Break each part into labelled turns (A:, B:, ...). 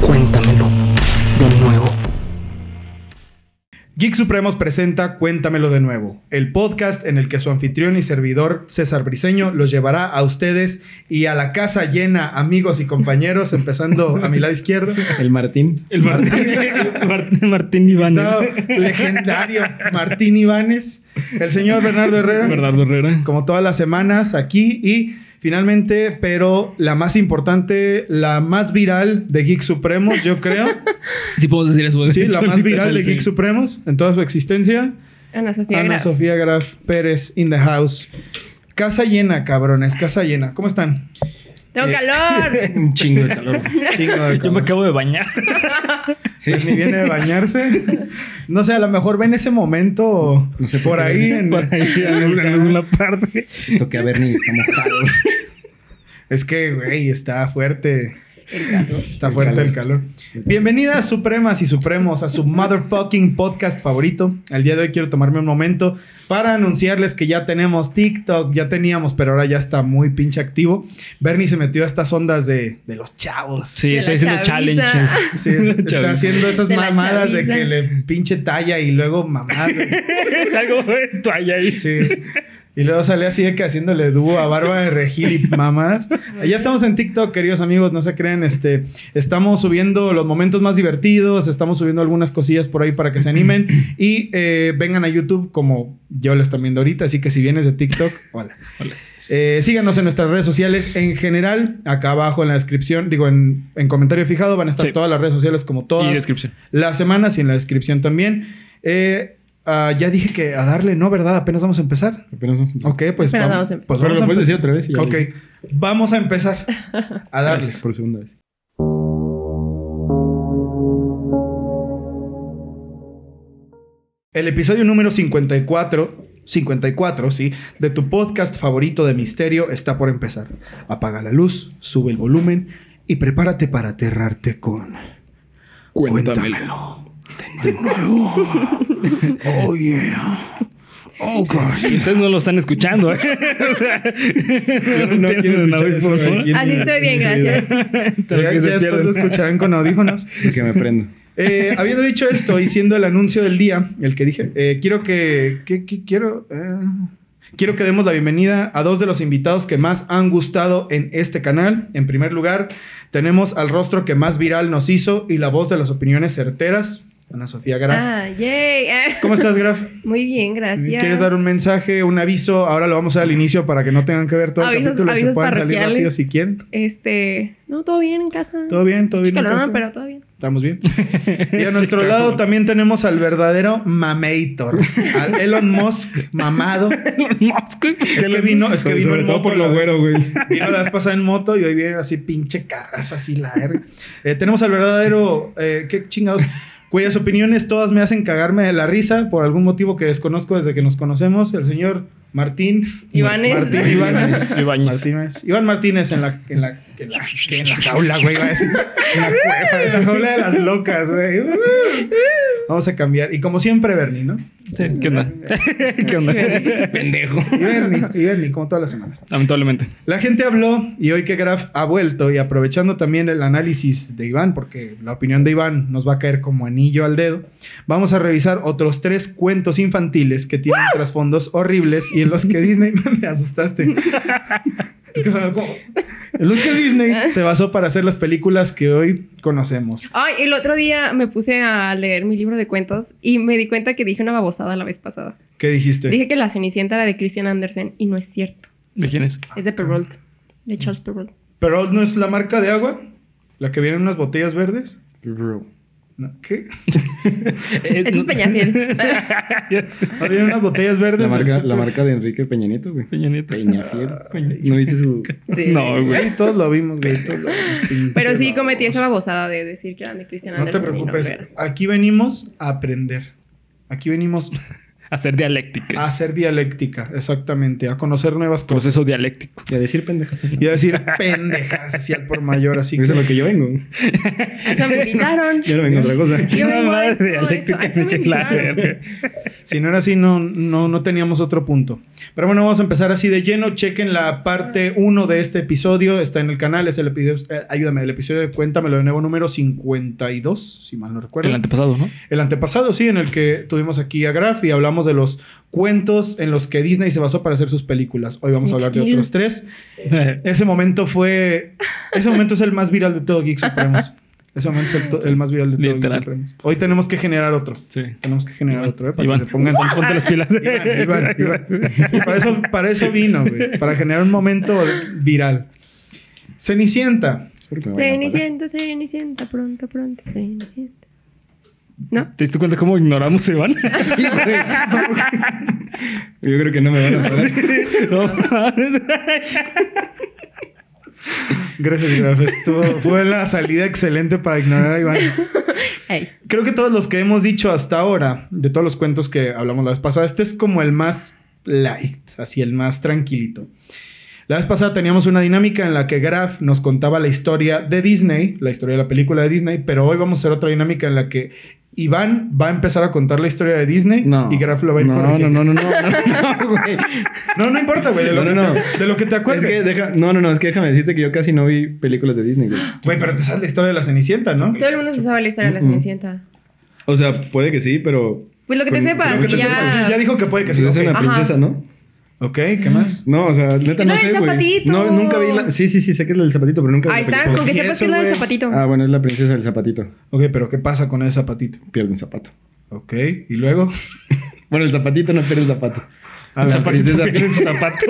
A: Cuéntamelo de nuevo.
B: Geek Supremos presenta Cuéntamelo de nuevo, el podcast en el que su anfitrión y servidor César Briseño los llevará a ustedes y a la casa llena, amigos y compañeros, empezando a mi lado izquierdo.
A: El Martín.
C: El Martín, el Martín, Martín Ibáñez.
B: invitado Legendario Martín Ibáñez, el señor Bernardo Herrera.
C: Bernardo Herrera.
B: Como todas las semanas aquí y finalmente, pero la más importante, la más viral de Geek Supremos, yo creo.
C: Sí, podemos decir eso. ¿eh?
B: Sí, la más viral de Geek Supremos en toda su existencia.
D: Ana Ah, Sofía
B: Ana
D: Graf.
B: Sofía Graf Pérez in the house. Casa llena, cabrones, casa llena. ¿Cómo están?
D: Tengo
A: Eh.
D: calor.
A: Un chingo de calor.
B: Chingo de
C: Yo me
B: cabrón.
C: acabo de bañar.
A: Sí.
B: Ni viene de bañarse. No sé, a lo mejor ven ese momento
A: No sé por
B: por
A: qué.
B: ahí en-
C: Por ahí, en alguna parte.
A: Toqué a Bernie y está mojado.
B: Es que, güey, está fuerte.
D: El calor.
B: Está
A: El
B: fuerte
A: calor.
B: el calor. Bienvenidas, supremas y supremos, a su motherfucking podcast favorito. El día de hoy quiero tomarme un momento para anunciarles que ya tenemos TikTok, ya teníamos, pero ahora ya está muy pinche activo. Bernie se metió a estas ondas de, de los chavos.
C: Sí,
D: De
C: estoy
D: la
C: haciendo
D: chaviza.
C: challenges.
B: Sí, es- está
C: Chaviza.
B: haciendo esas
D: De la
B: mamadas de
D: chaviza.
B: que le pinche talla y luego mamadas.
C: Algo de toalla ahí.
B: Sí. Y luego sale así de que haciéndole dúo a Bárbara de Regil y mamadas. Ya estamos en TikTok, queridos amigos, no se crean. Este, estamos subiendo los momentos más divertidos, estamos subiendo algunas cosillas por ahí para que se animen y eh, vengan a YouTube como yo lo estoy viendo ahorita. Así que si vienes de TikTok, hola. Eh, síganos en nuestras redes sociales en general. Acá abajo en la descripción, digo, en, en comentario fijado van a estar
C: Sí.
B: todas las redes sociales como todas
C: Y descripción.
B: las semanas y en la descripción también. Eh, ah, ya dije que a darle, ¿no? ¿Verdad? Apenas vamos a empezar.
A: Apenas vamos a-
B: Ok, pues.
D: Apenas
B: vam-
D: vamos a empezar.
B: pues
A: Pero lo
B: vamos a
A: puedes decir
B: empezar.
A: otra vez. y ya lo dices.
B: Ok, vamos a empezar a
A: Gracias
B: darles.
A: por segunda vez.
B: El episodio número 54, 54, sí, de tu podcast favorito de misterio está por empezar. Apaga la luz, sube el volumen y prepárate para aterrarte con. Cuéntamelo. De nuevo. Oh, yeah. Oh, gosh.
C: Y ustedes no lo están escuchando, ¿eh? O sea,
A: no
C: tienen
A: quiero escuchar
C: un
A: eso,
C: audífono.
A: güey. ¿Quién
D: Así
A: era?
D: estoy bien,
A: Sí,
D: gracias.
C: Tal
B: Ya,
C: que
B: ya
C: se
B: después
C: pierden.
B: lo escucharán con audífonos.
A: Que me prendo.
B: Eh, habiendo dicho esto y siendo el anuncio del día, el que dije, eh, quiero que, que- que- quiero, eh, quiero que demos la bienvenida a dos de los invitados que más han gustado en este canal. En primer lugar, tenemos al rostro que más viral nos hizo y la voz de las opiniones certeras, Ana Sofía Graf.
D: Ah, yay. Ah,
B: ¿Cómo estás, Graf?
D: Muy bien, gracias.
B: ¿Quieres dar un mensaje, un aviso? Ahora lo vamos a dar al inicio para que no tengan que ver todo el
D: Avisos-
B: capítulo y se
D: avisos
B: puedan salir
D: parroquiales.
B: rápido si quieren.
D: Este. No, todo bien en casa.
B: ¿Todo bien? ¿Todo bien? en
D: Calorón,
B: casa?
D: pero todo bien.
B: Estamos bien. Y a
C: Sí,
B: nuestro
C: cabrón.
B: lado también tenemos al verdadero mamator, al Elon Musk mamado.
C: Elon Musk.
B: Es que vino, es que
A: Sobre-
B: vino
A: Sobre
B: en
A: todo
B: moto
A: por
B: la
A: lo
B: vez-
A: güero, güey.
B: Vino la vez pasada en moto y hoy viene así pinche carrazo, así la verga. Eh, tenemos al verdadero, eh, qué chingados, cuyas opiniones todas me hacen cagarme de la risa por algún motivo que desconozco desde que nos conocemos, el señor Martín.
D: Ivanes.
B: Martín Ivanes.
C: Ibáñez.
B: Martínez. Iván Martínez en la, en la, en la, que en la jaula, güey. iba a decir. En la cueva, en la jaula de las locas, güey. Vamos a cambiar. Y como siempre, Bernie, ¿no?
C: Sí, ¿Qué onda? ¿Qué onda? pendejo.
B: Y Bernie, y Bernie, como todas las semanas.
C: Lamentablemente.
B: La gente habló y hoy que Graf ha vuelto y aprovechando también el análisis de Iván, porque la opinión de Iván nos va a caer como anillo al dedo, vamos a revisar otros tres cuentos infantiles que tienen trasfondos horribles y en los que Disney me asustaste. es que son como... En los que Disney se basó para hacer las películas que hoy conocemos.
D: Ay, el otro día me puse a leer mi libro de cuentos y me di cuenta que dije una babosada la vez pasada.
B: ¿Qué dijiste?
D: Dije que la Cenicienta era de Christian Andersen y no es cierto.
C: ¿De quién es?
D: Es de Perrault. De Charles Perrault.
B: ¿Pero no es la marca de agua? ¿La que viene en unas botellas verdes?
A: Bro.
B: No, ¿Qué?
C: Eh,
D: Es de
C: no-
D: Peñafiel.
C: Ya sé.
B: ¿No vienen unas botellas verdes?
A: La marca, la marca de Enrique Peña Nieto, güey. Ah,
C: Peña Nieto.
A: Peñafiel.
C: Peña-
A: ¿No viste su...?
D: Sí.
C: No, güey.
B: Pues Sí, todos lo vimos, güey. todos lo vimos, pinche
D: Pero sí cometí
B: baboso.
D: esa babosada de decir que eran de Christian
B: No te
D: Andersen. y
B: preocupes.
D: lo era.
B: Aquí venimos a aprender. Aquí venimos
C: hacer dialéctica.
B: A ser dialéctica, exactamente. A conocer nuevas cosas.
C: Proceso dialéctico.
A: Y a decir pendejadas.
B: Y a decir pendejas así al por mayor. Así
A: Eso es lo
B: que...
A: que yo vengo.
D: Eso me invitaron.
A: Yo no vengo a otra cosa.
D: Yo
C: No,
D: vengo a
C: madre,
D: eso,
C: dialéctica,
D: eso, eso
C: que
D: me
C: es la
D: invitaron.
C: verga.
B: Si no era así, no, no, no teníamos otro punto. Pero bueno, vamos a empezar así de lleno. Chequen la parte 1 de este episodio. Está en el canal. Es el episodio... eh, ayúdame, el episodio de Cuéntamelo de nuevo número 52, si mal no recuerdo.
C: El antepasado, ¿no?
B: El antepasado, sí, en el que tuvimos aquí a Graf y hablamos de los cuentos en los que Disney se basó para hacer sus películas. Hoy vamos a hablar de
D: Chiquillo.
B: otros tres. Ese momento fue. Ese momento es el más viral de todo Geek Supremos. Ese momento es el, to- el más viral de todo
C: Literal.
B: Geek Supremos. Hoy tenemos que generar otro.
C: sí.
B: Tenemos que generar otro, ¿eh? Para
C: Iván,
B: que se pongan.
C: pon- ponte las pilas.
B: Iván, Iván, Iván. Sí, para, eso, para eso vino, güey. Para generar un momento viral. Cenicienta.
A: Espero que me vayan a pagar.
D: Cenicienta, Cenicienta, pronto, pronto, Cenicienta. ¿No?
C: ¿Te diste cuenta cómo ignoramos a Iván?
A: Sí, güey. Yo creo que no me van a pagar.
C: No mames.
B: Gracias, Graf. Estuvo, fue la salida excelente para ignorar a Iván.
D: Ey.
B: Creo que todos los que hemos dicho hasta ahora, de todos los cuentos que hablamos la vez pasada, este es como el más light, así el más tranquilito. La vez pasada teníamos una dinámica en la que Graf nos contaba la historia de Disney, la historia de la película de Disney, pero hoy vamos a hacer otra dinámica en la que Iván va a empezar a contar la historia de Disney
A: No.
B: y Graf lo va a ir
A: no, no,
B: corrigiendo.
A: no, no, no, no, no, güey.
B: No, no importa, güey, de, lo
A: No,
B: que
A: no,
B: te- de lo que te acuerdes.
A: Es que deja, no, no, no, es que déjame decirte que yo casi no vi películas de Disney, güey.
B: Güey, pero te sabes la historia de la Cenicienta, ¿no?
D: Todo el mundo se sabe la historia de la
A: Mm-mm.
D: Cenicienta.
A: O sea, puede que sí, pero
D: Pues lo que te
A: Con-
D: sepas.
B: Lo
D: y
B: que te
D: ya...
B: sepas, sí, ya dijo que puede que
A: pues
B: sí.
A: es
B: ok.
A: una
D: Ajá.
A: princesa, ¿no?
B: Ok, ¿qué más?
A: No, o sea, neta
D: Es la
A: no
D: del
A: sé, güey.
D: zapatito.
A: No, nunca vi la Sí, sí, sí, sé que es la del zapatito, pero nunca vi
D: Ahí
A: la
D: está,
A: película.
D: con que
B: ¿Y
D: sepas
B: eso,
D: que es la del
B: güey?
D: zapatito.
A: Ah, bueno, es la princesa del zapatito.
B: Ok, pero ¿qué pasa con el zapatito?
A: Pierde un zapato.
B: Ok, y luego.
A: Bueno, el zapatito no pierde el zapato.
B: A
C: El
B: la
C: zapatito
A: princesa.
C: Ah, pierde su zapato.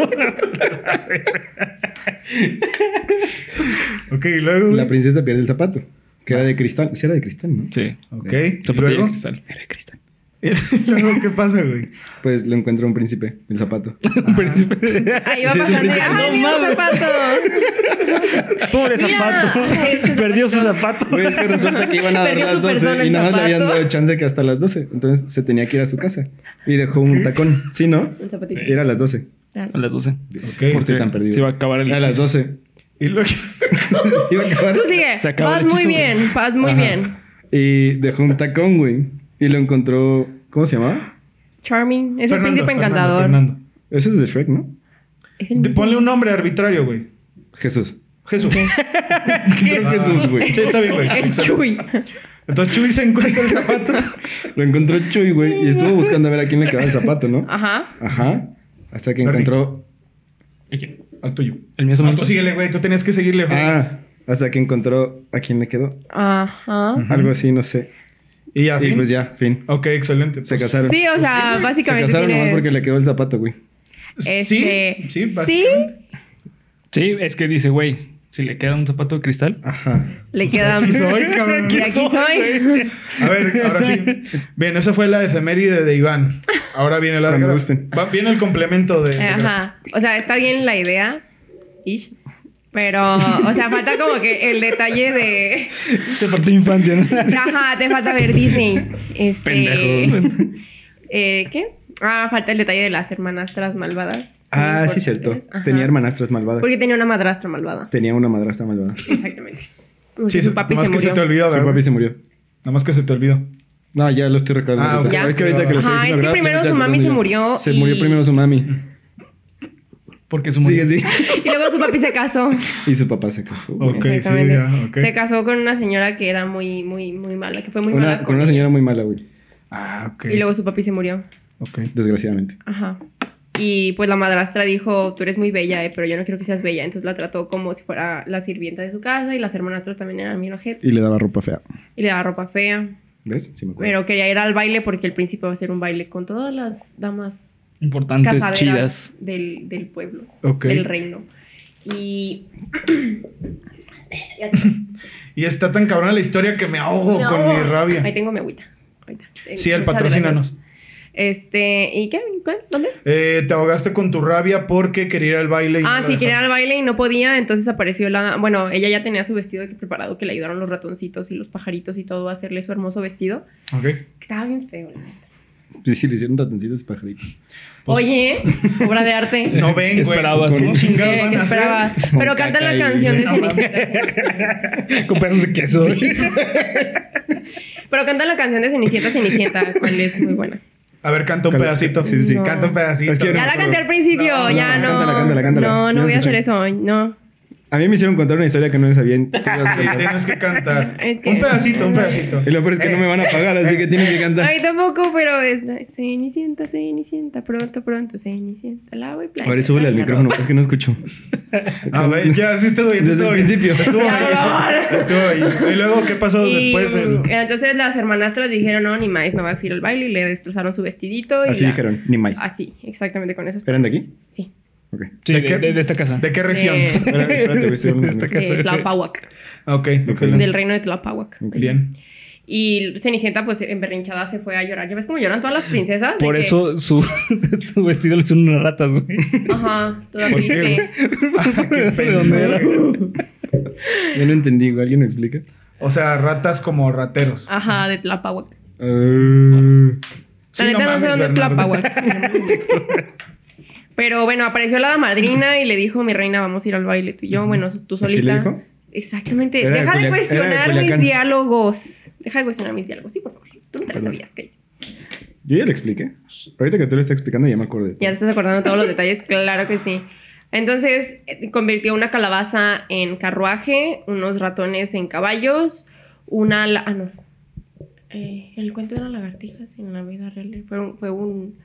B: Ok, y luego.
A: La
B: güey.
A: princesa pierde el zapato. Que era de cristal. Sí, era de cristal, ¿no?
C: Sí.
B: Ok, y
C: Zapatillo de
B: luego.
C: cristal.
A: Era de cristal.
B: ¿Y luego qué pasa, güey?
A: Pues lo encuentra un príncipe, el zapato.
C: Un príncipe.
D: Ahí va
A: Sí, sí,
D: pasando.
A: sí,
D: y,
A: sí.
D: ¡Ay,
C: No
D: mira los
C: mames.
D: zapatos!
C: Pobre
D: Mira.
C: zapato. Perdió su zapato.
A: Güey, es que resulta que iban a dar
D: Perdió
A: las
D: su persona
A: 12 y
D: el
A: nada más le habían
D: zapato.
A: dado chance que hasta las 12. Entonces se tenía que ir a su casa. Y dejó un tacón. ¿Sí, no?
D: Un zapatito.
A: Y era a las 12.
D: Claro.
C: A las 12.
B: Ok.
A: Por- Estoy tan perdido.
C: Se iba a acabar el.
A: Era a las 12.
B: Y luego.
A: Iba a acabar.
D: Tú sigue.
C: Se acabó
D: Vas
C: el
D: muy
C: hechizo,
D: bien, vas muy
A: Ajá.
D: bien.
A: Y dejó un tacón, güey. Y lo encontró. ¿Cómo se llamaba?
D: Charming. Es
B: Fernando,
D: el príncipe
B: Fernando,
D: encantador.
B: Fernando.
A: Ese es de Shrek, ¿no?
D: Es el
B: De-
D: mismo.
B: Ponle un nombre arbitrario, güey.
A: Jesús.
B: Jesús.
A: Jesús, güey.
B: Sí, está bien, güey.
D: El
B: Excelente.
D: Chuy.
B: Entonces Chuy se encuentra el zapato.
A: Lo encontró Chuy, güey. Y estuvo buscando a ver a quién le quedaba el zapato, ¿no?
D: Ajá.
A: Ajá. Hasta que
B: Bernie.
A: encontró.
C: Ok.
B: Al tuyo.
C: El mío se
B: No,
C: mató.
B: tú síguele, güey. Tú tenías que seguirle, güey.
A: Ah, hasta que encontró a quién le quedó.
D: Ajá.
A: Algo así, no sé.
B: Y ya,
A: Y
B: fin.
A: pues ya, fin.
B: Ok, excelente.
A: Se
B: Pues,
A: casaron.
D: Sí, o sea,
A: Se
D: básicamente.
A: casaron nomás
D: tienes-
A: porque le quedó el zapato, güey.
D: Este,
B: Sí, sí,
D: sí,
B: básicamente.
C: Sí, es que dice, güey, si le queda un zapato de cristal.
A: Ajá.
D: le queda.
B: Aquí soy, cabrón.
D: Y aquí soy.
B: A ver, ahora sí. Bien, esa fue la efeméride de Iván. Ahora viene la
A: Cuando
B: de
A: gusten.
B: Va- Viene el complemento de.
D: Ajá. O sea, está bien la idea. Ish. Pero, o sea, falta como que el detalle de.
C: Te faltó infancia, ¿no?
D: Ajá, te falta ver Disney. Este,
C: Pendejo.
D: eh, ¿Qué? Ah, falta el detalle de las hermanastras malvadas.
A: Ah, sí,
D: Por-
A: cierto.
D: Ajá.
A: Tenía hermanastras malvadas.
D: Porque tenía una madrastra malvada.
A: Tenía una madrastra malvada.
D: Exactamente. Porque
B: Sí,
D: su papi
B: nomás
D: se
B: que
D: murió.
B: se te olvidó,
A: Su
B: ¿verdad?
A: papi se murió.
B: Nada más que se te olvidó.
A: No, ya lo estoy recordando.
B: Ah,
A: ahorita.
D: ok.
A: Es que ahorita que lo estoy
D: Ajá,
A: diciendo,
D: es que
A: ¿verdad?
D: primero
A: Ya
D: su
A: me
D: mami se
A: acordé.
D: murió
A: Se
D: y-
A: murió primero su mami.
C: Porque su
A: Sigue,
C: mujer.
A: sigue.
D: Y luego su papi se casó.
A: Y su papá se casó. güey.
B: Ok, sí,
D: Exactamente.
B: ya, ok.
D: Se casó con una señora que era muy, muy, muy mala, que fue muy mala.
A: Una, con una
D: ella.
A: señora muy mala, güey.
B: Ah, ok.
D: Y luego su papi se murió.
B: Ok.
A: Desgraciadamente.
D: Ajá. Y pues la madrastra dijo, tú eres muy bella, eh, pero yo no quiero que seas bella. Entonces la trató como si fuera la sirvienta de su casa y las hermanastras también eran bien ojete.
A: Y le daba ropa fea.
D: Y le daba ropa fea.
A: ¿Ves? Sí me acuerdo.
D: Pero quería ir al baile porque el príncipe va a hacer un baile con todas las damas
C: Importantes,
D: casaderas
C: chidas.
D: Del, del pueblo,
B: Ok.
D: del reino. Y
B: Y está tan cabrona la historia que me ahogo
D: No.
B: con mi rabia.
D: Ahí tengo mi agüita. Ahorita. Eh,
B: Sí, el
D: Muchas
B: patrocínanos.
D: gracias. Este, ¿y qué? ¿Cuál? ¿Dónde?
B: Eh, te ahogaste con tu rabia porque quería ir al baile. y no
D: Ah,
B: la
D: sí, quería ir
B: dejaron.
D: al baile y no podía, entonces apareció la... Bueno, ella ya tenía su vestido que preparado, que le ayudaron los ratoncitos y los pajaritos y todo a hacerle su hermoso vestido.
B: Ok.
D: que Estaba bien feo, la neta.
A: Sí, sí, le hicieron ratoncitos pajaritos.
D: Oye, obra de arte.
B: No ven,
C: ¿Qué
B: güey.
C: esperabas,
B: ¿Qué
C: no?
D: Sí,
B: chingados
D: ¿qué
B: van a hacer?
D: esperabas? Pero canta
C: caca
D: la
C: y-
D: canción de
C: No
D: Cenicienta.
C: Con pedazos de queso.
D: Pero canta la canción de Cenicienta, Cenicienta, cuál es muy buena.
B: A ver, canta un
A: Cal-
B: pedacito.
A: sí, sí.
B: Canta un pedacito.
A: Es que
D: Ya la
A: pero-
D: canté al principio,
B: No,
D: ya
A: no,
D: no.
A: cántala, cántala, cántala.
D: No, no
A: Ya
D: voy a hacer
A: escuché.
D: eso, no.
A: A mí me hicieron contar una historia que no me sabían.
B: Sí, tienes que cantar.
D: Es que-
B: Un pedacito, un pedacito.
A: Y lo peor es que no me van a pagar, así que tienes que cantar.
D: Ay, tampoco, pero es Cenicienta, Cenicienta, pronto, pronto, Cenicienta, lavo y playa.
A: A ver, súbele al micrófono, es que no escucho.
B: A ver, ya sí estuvo bien. sí
A: Desde
B: estuvo
A: el
B: bien.
A: principio.
B: Estuvo bien. Estuvo bien. Y luego, ¿qué pasó
D: Y
B: después?
D: mm,
B: El-
D: entonces las hermanastras dijeron, no, ni más, no vas a ir al baile y le destrozaron su vestidito. Y
A: Así
D: la-
A: dijeron, ni más.
D: Así, exactamente con esas
A: ¿Eran de
D: palabras.
A: aquí?
D: Sí.
A: Ok.
C: Sí,
B: ¿De
C: de,
B: qué?
C: de- de esta casa.
B: ¿De qué región? Ah,
D: De,
A: Espera, espérate, güey, estoy hablando
C: Esta
A: con-
C: casa.
D: de Tlapahuac,
B: Ok, excelente.
D: del reino de Tlapahuac.
B: Bien.
D: Y Cenicienta, pues, emberrinchada se fue a llorar. ¿Ya ves cómo lloran todas las princesas? De
C: Por
D: que-
C: eso su, su vestido lo hicieron unas ratas, güey.
D: Ajá, toda
B: ¿Por qué,
D: triste.
C: ¿De dónde era?
A: Ya no entendí, güey, ¿alguien me explica?
B: O sea, ratas como rateros.
D: Ajá, de Tlapahuac.
A: Ah,
B: Sí,
D: La neta no, sé
B: mames,
D: dónde es
B: Bernardo.
D: Tlapahuac. Pero bueno, apareció la madrina y le dijo, mi reina, vamos a ir al baile. Tú y yo, bueno, tú solita.
A: ¿Así le dijo?
D: Exactamente.
A: Era de
D: Deja de
A: Culiac- era de
D: cuestionar mis
A: Culiacán.
D: diálogos. Deja de cuestionar mis diálogos. Sí, por favor. Tú no te las
A: Perdón.
D: sabías, Casey.
A: Yo ya le expliqué. Ahorita que tú lo estás explicando ya me acordé.
D: Ya te estás acordando todos los detalles, claro que sí. Entonces eh, convirtió una calabaza en carruaje, unos ratones en caballos, una... la- ah, no. Eh, el cuento eran lagartijas en la vida real. Fue un... Fue un,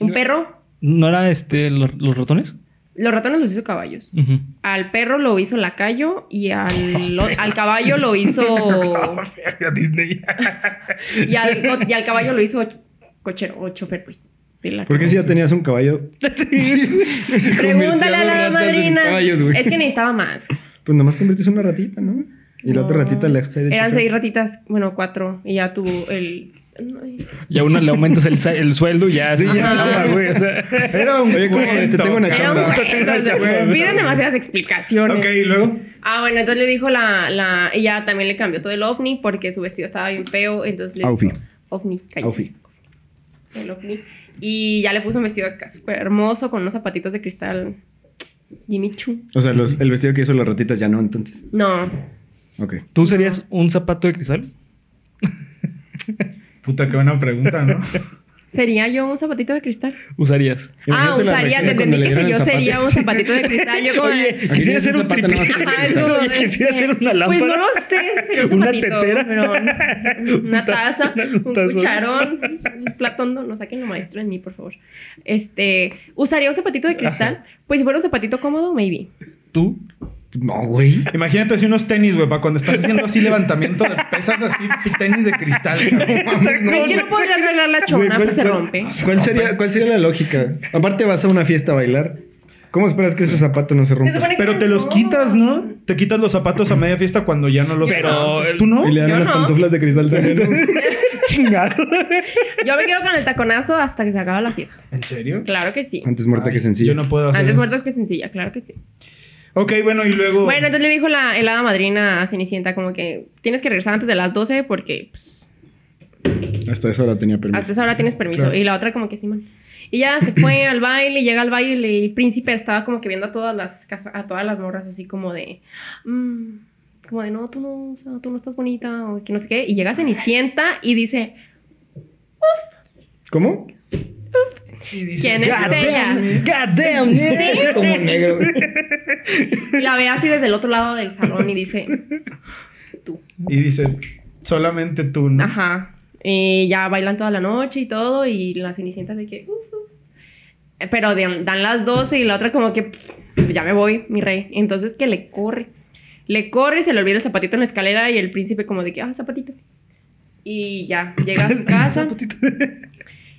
D: un perro.
C: ¿No era este, los, los ratones?
D: Los ratones los hizo caballos.
C: Ujú.
D: Al perro lo hizo lacayo y al, al caballo lo hizo...
C: Oh, Verga, Disney.
D: Y al, y al caballo lo hizo cochero o chofer, pues. de la
A: Porque si ya tenías un caballo.
D: Pregúntale a la
A: Convirtiendo ratas en
D: madrina.
A: caballos, güey.
D: es que necesitaba más.
A: Pues nomás conviertes una ratita, ¿no? Y la otra
D: No.
A: ratita la dejas ahí de
D: Eran
A: chofer.
D: seis ratitas, bueno, cuatro. Y ya tuvo el. Ay,
C: Y a una le aumentas el, sa- el sueldo y ya.
A: Sí,
C: es una
A: ya.
C: chamba, güey. O sea,
B: Era un
A: Oye, ¿cómo te
B: cuento,
A: tengo una
D: Era
A: chamba?
D: un cuento. Piden demasiadas explicaciones.
B: Ok, y luego.
D: Ah, bueno, entonces le dijo la, la. Ella también le cambió todo el ovni porque su vestido estaba bien feo. Entonces le. dijo-
A: Aufi.
D: Ovni, cállese.
A: Aufi.
D: El ovni. Y ya le puso un vestido acá súper hermoso con unos zapatitos de cristal. Jimmy Choo.
A: O sea, los- el vestido que hizo las ratitas ya no, entonces.
D: No,
A: Ok.
C: ¿Tú serías un zapato de cristal?
B: Puta, qué buena pregunta, ¿no?
D: ¿Sería yo un zapatito de cristal?
C: ¿Usarías?
D: ah,
A: Imagínate la
D: usaría,
A: reacción
D: te
A: de cuando
D: entendí
A: le
D: que si yo
A: dieron el
D: sería un zapatito de cristal. Yo como...
C: Oye,
D: de-
C: quisiera
A: tienes
C: ser
A: un
C: un
A: zapato
C: tripié.
A: nada más que
D: Ajá, es como de-
C: Quisiera ser una
D: Pues no
C: lámpara.
D: lo sé, si sería un
C: Una
D: zapatito.
C: tetera.
D: pero una taza,
C: Una
D: un
C: taza.
D: cucharón, un platón. No, no saquen lo maestro en mí, por favor. Este, ¿usaría un zapatito de cristal? Pues si fuera un zapatito cómodo, maybe.
C: ¿Tú?
A: No, güey.
B: Imagínate así unos tenis, güey, para cuando estás haciendo así levantamiento de pesas, así tenis de cristal.
D: Es que no podrías bailar la
A: Güey,
D: chona,
A: ¿cuál-
D: pues se
A: cuál-
D: rompe.
A: ¿Cuál sería, ¿Cuál sería la lógica? Aparte vas a una fiesta a bailar. ¿Cómo esperas que ese zapato no se
D: Se
A: rompa?
D: supone que
B: Pero te los quitas, ¿no? Te quitas los zapatos a media fiesta cuando ya no los
C: Pero-
B: ¿Tú no?
A: Y le dan
D: Yo
A: unas
D: no.
A: pantuflas de cristal también. ¿no?
C: Chingado.
D: Yo me quedo con el taconazo hasta que se acaba la fiesta.
B: ¿En serio?
D: Claro que sí.
A: Antes muerta
B: Ay,
A: que sencilla.
B: Yo no puedo hacer
D: Antes
B: eso.
D: muertos que sencilla, claro que sí.
B: Ok, bueno, y luego.
D: Bueno, entonces le dijo la helada madrina a Cenicienta como que tienes que regresar antes de las 12 porque pues,
A: Hasta eso la tenía
D: hasta
A: permiso.
D: esa hora tienes permiso.
B: Claro.
D: Y la otra como que sí, man. Y ya se fue al baile, llega al baile y el príncipe estaba como que viendo a todas las casa- a todas las morras así como de "Mm", como de no, tú no, o sea, tú no estás bonita o que no sé qué. Y llega Cenicienta y dice,
A: ¿Cómo?
B: y dice,
D: ¿quién es
B: "God
D: ella?
C: God damn.
A: Como negro.
D: Y la ve así desde el otro lado del salón y dice,
B: Y dice, solamente tú, ¿no?
D: Ajá. Eh, ya bailan toda la noche y todo, y la cenicienta de que. "Uf, uf". Eh, Pero de- dan las 12 y la otra, como que. "Pues ya me voy, mi rey. Entonces que le corre. Le corre, se le olvida el zapatito en la escalera y el príncipe, como de que, ah, zapatito. Y ya, llega a su casa.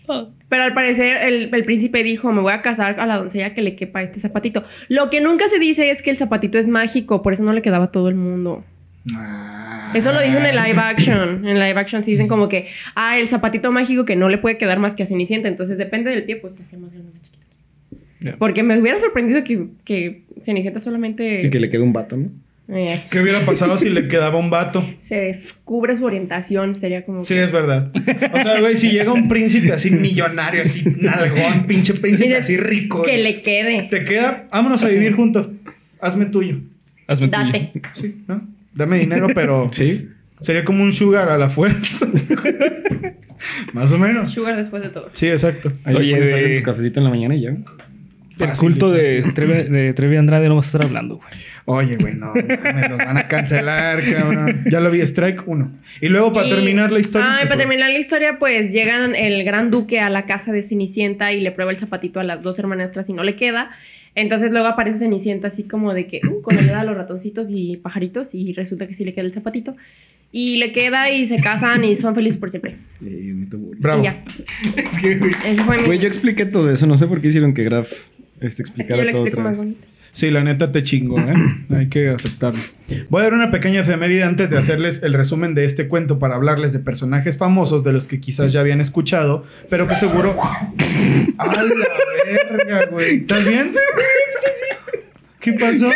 D: Ah. Pero al parecer el, el príncipe dijo, me voy a casar a la doncella que le quepa este zapatito. Lo que nunca se dice es que el zapatito es mágico, por eso no le quedaba a todo el mundo. Eso lo dicen en
B: Ah,
D: live action. En live action sí dicen como que, ah, el zapatito mágico que no le puede quedar más que a Cenicienta. Entonces depende del pie, pues hacemos de una más chiquita.
C: Ya.
D: Porque me hubiera sorprendido que, que Cenicienta solamente...
A: Y que le quedó un vato, ¿no?
D: Eh,
B: ¿Qué hubiera pasado si le quedaba un vato?
D: se descubre su orientación, sería como...
B: Sí,
D: que-
B: es verdad. O sea, güey, si llega un príncipe así millonario, así nalgón, pinche príncipe
D: Mira,
B: así rico.
D: Que
B: güey.
D: le quede.
B: Te queda, vámonos a vivir juntos. Hazme tuyo.
C: Hazme tuyo.
D: Date.
B: Sí, ¿no? Dame dinero, pero
A: Sí.
B: sería como un sugar a la fuerza. Más o menos.
D: Sugar después de todo.
B: Sí, exacto.
A: Ahí
C: Oye,
A: Oye,
C: de-
A: tu cafecito en la mañana y ya.
C: El culto de Trevi, de Trevi Andrade no vas a estar hablando, güey.
B: Oye, güey, no, me los van a cancelar, cabrón. Ya lo vi, Strike 1. Y luego para
D: Y-
B: terminar la historia.
D: Ay, para terminar la historia, pues llegan el gran duque a la casa de Cenicienta y le prueba el zapatito a las dos hermanastras y no le queda. Entonces luego aparece Cenicienta así como de que, uh, con ayuda de los ratoncitos y pajaritos y resulta que sí le queda el zapatito. Y le queda y se casan y son felices por siempre.
B: Bravo.
D: Y ya. Eso fue mi...
A: Güey, yo expliqué todo eso. No sé por qué hicieron que Graf este,
D: es que yo
A: explicara
D: lo
A: todo
D: explico
A: otra
D: más
A: vez.
D: bonito.
B: Sí, la neta te chingo, ¿eh? Hay que aceptarlo. Voy a dar una pequeña efeméride antes de hacerles el resumen de este cuento para hablarles de personajes famosos de los que quizás ya habían escuchado, pero que seguro. ¡A la verga, güey! ¿Estás bien? ¿Qué pasó?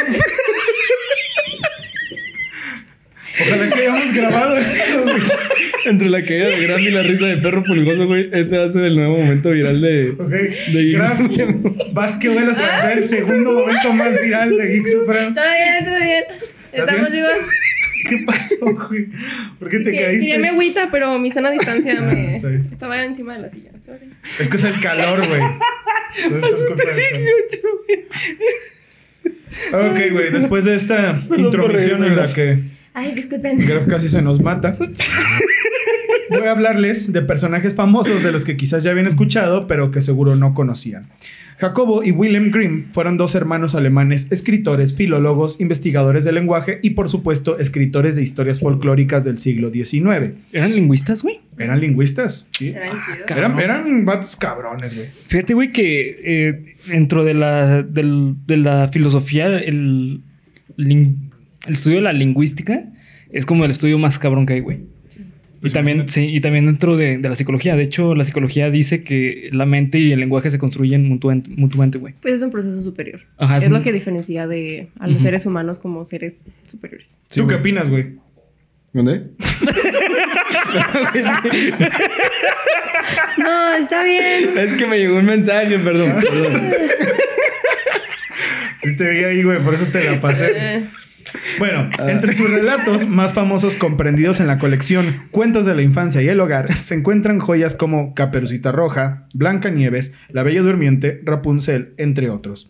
B: Ojalá que hayamos grabado eso, güey.
A: Entre la caída de Graf y la risa de perro pulgoso, güey, este va a ser el nuevo momento viral de.
B: Ok.
A: De Geek
B: Graf,
A: Supremo.
B: vas que vuelas
D: Ah.
B: para ser el segundo momento más viral de Geek Supremo.
D: Todo bien, todo bien. Estamos
B: bien?
D: vivos.
B: ¿Qué pasó, güey? ¿Por qué te
D: Que- Quería mi
B: caíste? Ah,
D: agüita, pero mi sana distancia me...
B: está bien.
D: Estaba encima de la silla. sorry.
B: Es que es el calor, güey. No estás culpa del calor. Ok, güey, después de esta intromisión en la que
D: Ay, disculpen.
B: Graf casi se nos mata, voy a hablarles de personajes famosos de los que quizás ya habían escuchado, pero que seguro no conocían. Jacobo y Wilhelm Grimm fueron dos hermanos alemanes, escritores, filólogos, investigadores del lenguaje y, por supuesto, escritores de historias folclóricas del siglo XIX.
C: ¿Eran lingüistas, güey?
B: Eran lingüistas, sí.
D: Eran chidos.
B: Eran, eran vatos cabrones, güey.
C: Fíjate, güey, que eh, dentro de la, del- de la filosofía, el, lin- el estudio de la lingüística es como el estudio más cabrón que hay, güey. Y
B: Pues
C: también, sí, y también dentro de, de la psicología. De hecho, la psicología dice que la mente y el lenguaje se construyen mutuamente, mutuamente güey.
D: Pues es un proceso superior.
C: Ajá,
D: es
C: es un-
D: lo que diferencia de a los
C: Ujú.
D: seres humanos como seres superiores.
B: ¿Tú qué opinas, güey?
A: ¿Dónde?
D: No, está bien.
A: Es que me llegó un mensaje, perdón. perdón.
B: Sí te vi ahí, güey, por eso te la pasé.
D: Eh,
B: Bueno, entre sus relatos más famosos comprendidos en la colección Cuentos de la Infancia y el Hogar, se encuentran joyas como Caperucita Roja, Blanca Nieves, La Bella Durmiente, Rapunzel, entre otros.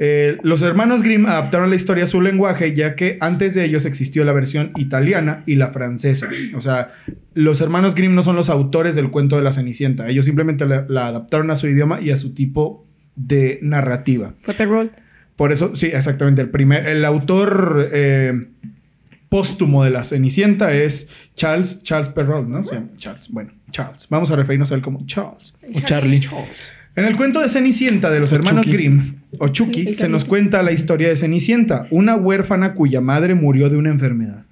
B: Eh, los hermanos Grimm adaptaron la historia a su lenguaje, ya que antes de ellos existió la versión italiana y la francesa. O sea, los hermanos Grimm no son los autores del cuento de la Cenicienta. Ellos simplemente la, la adaptaron a su idioma y a su tipo de narrativa.
D: fue Perrol.
B: Por eso, sí, exactamente. El primer, el autor eh, póstumo de la Cenicienta es Charles, Charles Perrault, ¿no? Sí, Charles. Bueno, Charles. Vamos a referirnos a él como Charles.
C: O Charlie.
B: En el cuento de Cenicienta de los hermanos
C: Chucky.
B: Grimm, o Chucky, se nos cuenta la historia de Cenicienta, una huérfana cuya madre murió de una enfermedad.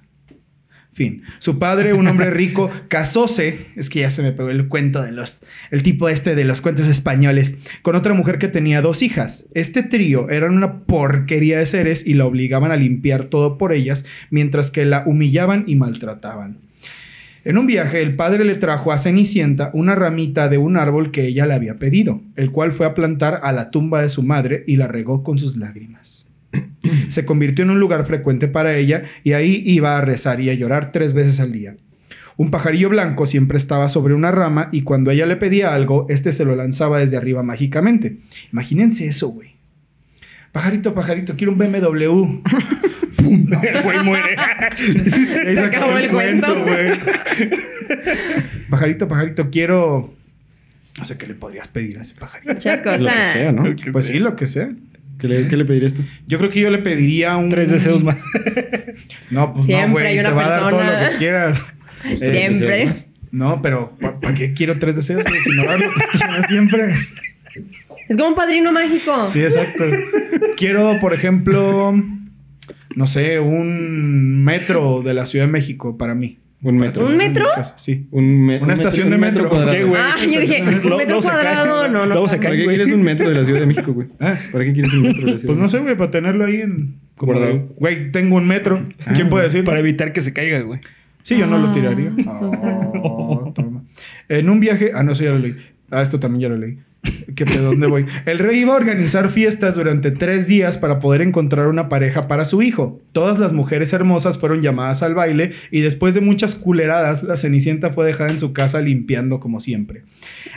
B: Fin. Su padre, un hombre rico, casóse, es que ya se me pegó el cuento de los, el tipo este de los cuentos españoles, con otra mujer que tenía dos hijas. Este trío eran una porquería de seres y la obligaban a limpiar todo por ellas, mientras que la humillaban y maltrataban. En un viaje, el padre le trajo a Cenicienta una ramita de un árbol que ella le había pedido, el cual fue a plantar a la tumba de su madre y la regó con sus lágrimas. Se convirtió en un lugar frecuente para ella y ahí iba a rezar y a llorar tres veces al día. Un pajarillo blanco siempre estaba sobre una rama y cuando ella le pedía algo, este se lo lanzaba desde arriba mágicamente. Imagínense eso, güey. Pajarito, pajarito, quiero un BMW.
C: El güey muere.
B: Ahí
D: Se acabó el cuento.
B: güey. pajarito, pajarito, quiero. No sé qué le podrías pedir a ese pajarito.
D: Muchas cosas.
A: Lo que sea, ¿no?
B: Pues sí, lo que sea.
A: ¿Qué le, qué le pedirías tú?
B: Yo creo que yo le pediría un.
C: Tres deseos más.
B: No, pues
D: Siempre
B: no, güey.
D: hay
B: Te
D: una
B: va a dar todo
D: persona.
B: lo que quieras. Este,
D: Siempre.
B: No, pero ¿para qué quiero tres deseos? güey? Si no va a dar lo que quieras siempre.
D: Es como un padrino mágico.
B: Sí, exacto. Quiero, por ejemplo, no sé, un metro de la Ciudad de México para mí.
A: Un metro.
D: ¿Un metro?
B: Sí.
A: Un me-
B: Una
A: un
B: estación de
A: un
B: metro, ¿por
A: cuadrado.
C: ¿Qué, güey?
D: Ah, yo dije, un
C: Luego-
D: metro
C: luego se cae.
D: cuadrado, no, no,
C: Luego se
D: no.
A: ¿Para
C: cae,
A: qué
C: güey.
A: quieres un metro de la Ciudad de México, güey?
B: Ah.
A: ¿Para qué quieres un metro de la Ciudad
B: Pues
A: de
B: no sé, güey, para tenerlo ahí en. Como
A: Guardado.
B: de, güey, tengo un metro. ¿Quién puede decir?
C: Para evitar que se caiga, güey.
B: Sí, yo no lo tiraría.
D: Ah, Susana.
B: Oh, toma. En un viaje. Ah, no, eso ya lo leí. Ah, esto también ya lo leí. ¿Qué pedo? ¿Dónde voy? El rey iba a organizar fiestas durante tres días para poder encontrar una pareja para su hijo. Todas las mujeres hermosas fueron llamadas al baile y después de muchas culeradas, la Cenicienta fue dejada en su casa limpiando como siempre.